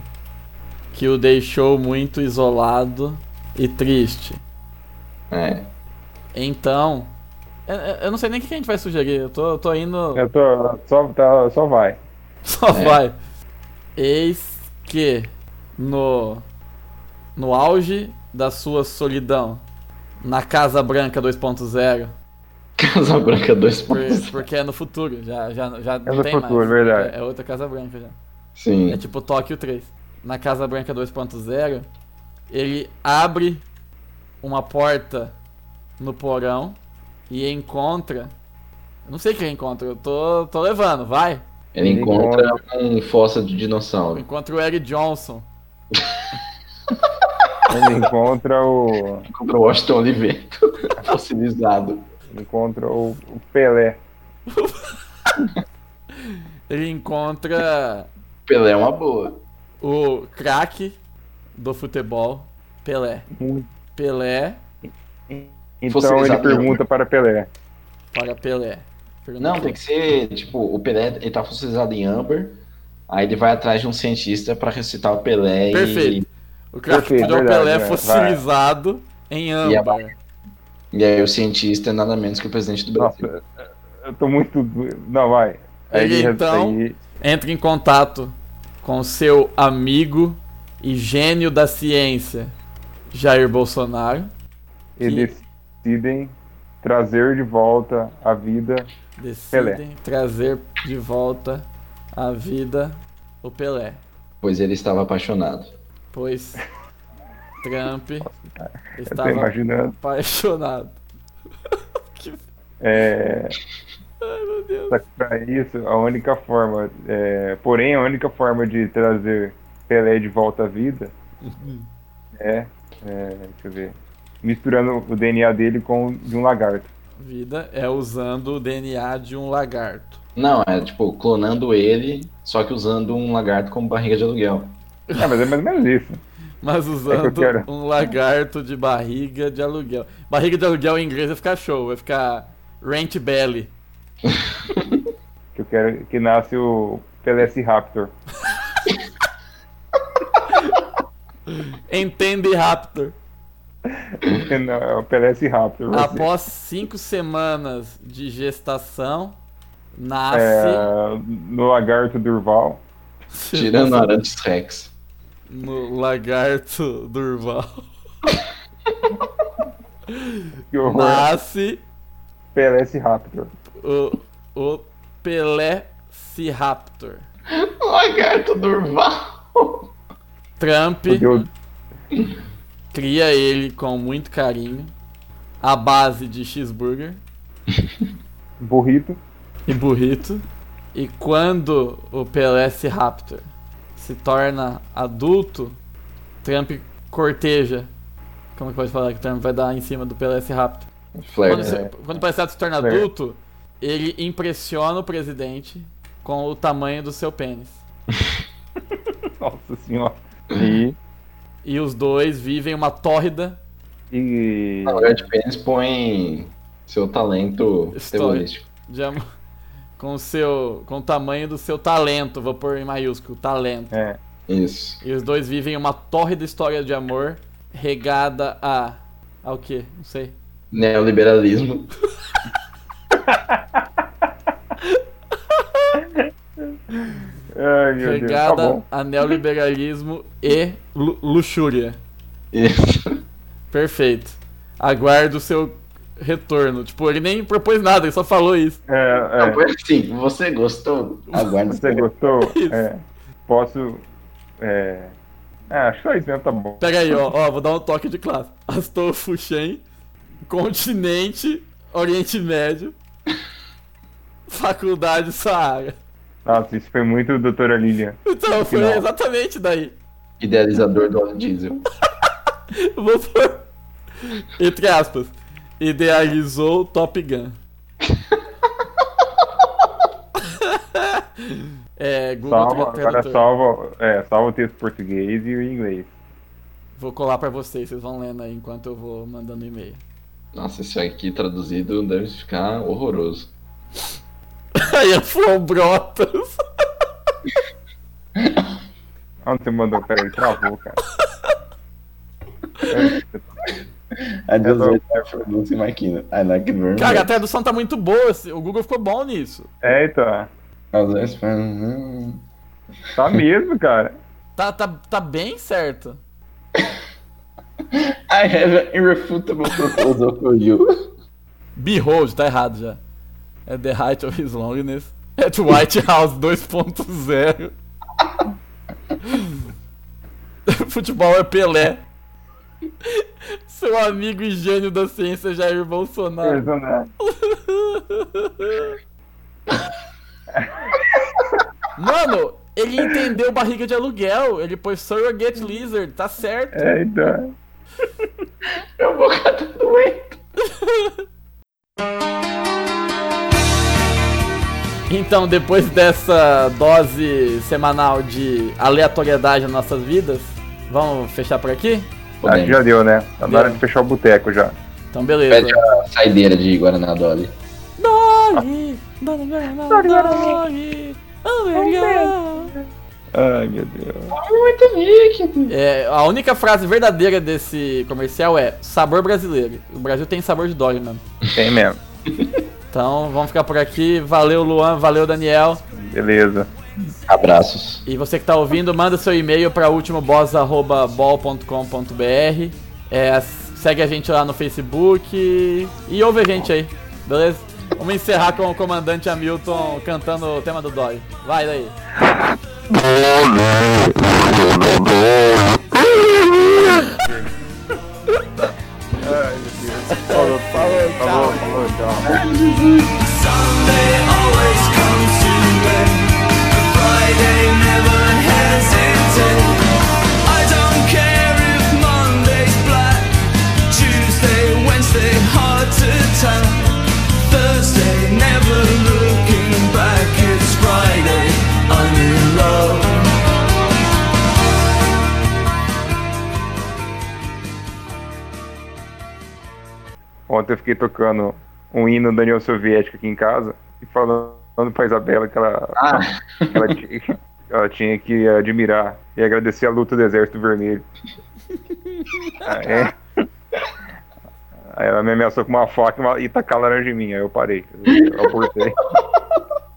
B: que o deixou muito isolado e triste.
C: É,
B: Então, eu, eu- eu não sei nem o que a gente vai sugerir, eu tô, eu tô indo.
D: Eu tô. Só, tá, só vai.
B: Só vai. Eis que no no auge da sua solidão, na Casa Branca 2.0,
C: Casa Branca
B: por-
C: 2.0.
B: porque é no futuro, já já já não
D: É no
B: tem
D: futuro,
B: mais.
D: verdade.
B: É, é outra Casa Branca já. É
C: Sim.
B: tipo Tóquio 3. Na Casa Branca 2.0, ele abre uma porta no porão e encontra eu não sei o que ele encontra, eu tô, tô levando, vai.
C: Ele
D: Ele
C: encontra um fóssil de dinossauro.
B: Encontra o Eric Johnson.
D: Ele encontra o.
C: Encontra o Washington Oliveto fossilizado.
D: Encontra o, o Pelé.
B: Ele encontra
C: Pelé é uma boa.
B: o craque do futebol, Pelé.
D: Hum.
B: Pelé
C: Você
D: Então ele
C: sabe-
D: pergunta para Pelé.
B: para Pelé. Pergunta
C: Não, tem que ser, tipo, o Pelé, ele tá fossilizado em âmbar, aí ele vai atrás de um cientista pra ressuscitar o Pelé
B: Perfeito. O craque
D: Perfeito,
B: do
D: verdade,
B: Pelé é
D: vai.
B: fossilizado em
C: E a
B: âmbar.
C: e... E aí o cientista é nada menos que o presidente do Brasil.
D: Nossa, eu tô muito. Não, vai.
B: Ele, então-
D: aí-
B: Entre em contato com seu amigo e gênio da ciência, Jair Bolsonaro.
D: eles decidem trazer de volta a vida.
B: Decidem trazer de volta à vida o Pelé.
C: Pois ele estava apaixonado.
B: Pois Trump
D: Eu tô
B: estava
D: imaginando.
B: apaixonado.
D: É,
B: Ai, meu Deus.
D: só que pra isso, a única forma. é, porém, a única forma de trazer Pelé de volta à vida
B: Uhum.
D: é, é, Deixa eu ver. Misturando o DNA dele com o de um lagarto.
B: Vida é usando o DNA de um lagarto.
C: Não, é tipo, clonando ele, só que usando um lagarto como barriga de aluguel.
D: É, mas é mais ou menos isso.
B: Mas
D: É
B: usando
D: que eu quero.
B: um lagarto de barriga de aluguel. Barriga de aluguel em inglês vai ficar show, vai ficar rent belly.
D: Que eu quero que nasce o Pelé Raptor.
B: Entende Raptor.
D: Não, é o Pelé Raptor. vai ser.
B: Após cinco semanas de gestação, nasce
D: É, no lagarto Durval.
C: Tirando Arantes Rex.
B: no lagarto Durval.
D: Que horror.
B: Nasce
D: Pelé Raptor.
B: o, o Pelé Raptor.
C: Lagarto Durval!
B: Trump.
D: Porque o
B: cria ele com muito carinho, à base de cheeseburger
D: burrito
B: e burrito. E quando o PLS Raptor se torna adulto, Trump corteja. Como que pode falar que o Trump vai dar em cima do PLS Raptor? Quando,
C: Flair.
B: se- quando o PLS Raptor se torna
D: Flare.
B: adulto, ele impressiona o presidente com o tamanho do seu pênis.
D: Nossa senhora. E.
B: E os dois vivem uma tórrida
D: e...
C: No lugar de pênis põe seu talento
B: História.
C: futebolístico.
B: de amor. com o seu. com o tamanho do seu talento, vou pôr em maiúsculo, talento.
D: É.
C: Isso.
B: E os dois vivem uma torrida história de amor regada a. ao quê? Não sei.
C: Neoliberalismo.
D: Ai, meu Deus. Tá
B: regada
D: bom.
B: a neoliberalismo e lu- luxúria.
C: Isso.
B: Perfeito. Aguardo o seu retorno. Tipo, ele nem propôs nada, ele só falou isso.
D: É, é.
C: Não, foi assim, você gostou? Aguarde.
D: Você gostou?
B: Isso.
D: É. Posso. É... Ah, acho que só isso mesmo, tá bom.
B: Pega aí, ó, ó, vou dar um toque de classe. Astolfo Shen, continente, Oriente Médio, faculdade Saara.
D: Nossa, Ah, isso foi muito doutora Lilian.
B: Então, foi
C: Final.
B: exatamente daí.
C: Idealizador do óleo diesel.
B: Vou pôr, entre aspas, idealizou Top Gun. é, Google
D: Salva, agora
B: Tradutor.
D: salva, é, salva o texto português e o inglês.
B: Vou colar pra vocês, vocês vão lendo aí enquanto eu vou mandando e-mail.
C: Nossa, isso aqui traduzido deve ficar horroroso.
B: Aí eu fui brotas.
D: Onde você mandou? Peraí, travou, cara.
C: Adeus,
D: Eu
C: Lúcio Maquina. I like it very
B: Cara, a tradução tá muito boa, assim, o Google ficou bom nisso.
D: É, então.
C: much. Cara...
D: Tá mesmo, cara.
B: Tá, tá, tá bem certo.
C: I have an irrefutable proposal for you.
B: Behold, tá errado já. É The Height of His Loneliness. É The White House 2.0. Futebol é Pelé. Seu amigo e gênio da ciência Jair Bolsonaro.
D: Personagem.
B: Mano, ele entendeu barriga de aluguel. Ele pôs Surrogate Lizard, tá certo.
D: É, então.
C: Meu boca tá doendo.
B: Então, depois dessa dose semanal de aleatoriedade nas nossas vidas, vamos fechar por aqui?
D: Acho que já deu, né? Tá na hora
B: Deu.
D: de fechar o boteco já.
B: Então, beleza.
C: Pede a saideira de Guaraná Dolly.
B: Dori, Dori, Dori, Dori, oh meu Deus.
D: Ai, meu Deus.
B: É, a única frase verdadeira desse comercial é sabor brasileiro. O Brasil tem sabor de Dori mesmo.
D: Tem mesmo.
B: Então vamos ficar por aqui. Valeu, Luan. Valeu, Daniel.
D: Beleza.
C: Abraços.
B: E você que tá ouvindo, manda seu e-mail para ultimoboss.com.br. É, s- segue a gente lá no Facebook e- e ouve a gente aí, beleza? Vamos encerrar com o comandante Hamilton cantando o tema do Dory. Vai daí.
D: Falou, falou, falou, falou, tchau.
F: Sunday always comes to an end. Friday never has its end. I don't care if Monday's black, Tuesday, Wednesday hard to tell. Thursday never looking back. It's Friday, I'm in love.
D: Ontem eu fiquei tocando um hino da União Soviética aqui em casa e falando pra Isabela que ela,
C: Ah.
D: que ela, tinha, ela tinha que admirar e agradecer a luta do Exército Vermelho. Aí, aí ela me ameaçou com uma faca e uma- e tacar laranja em mim, aí eu parei. Eu abortei.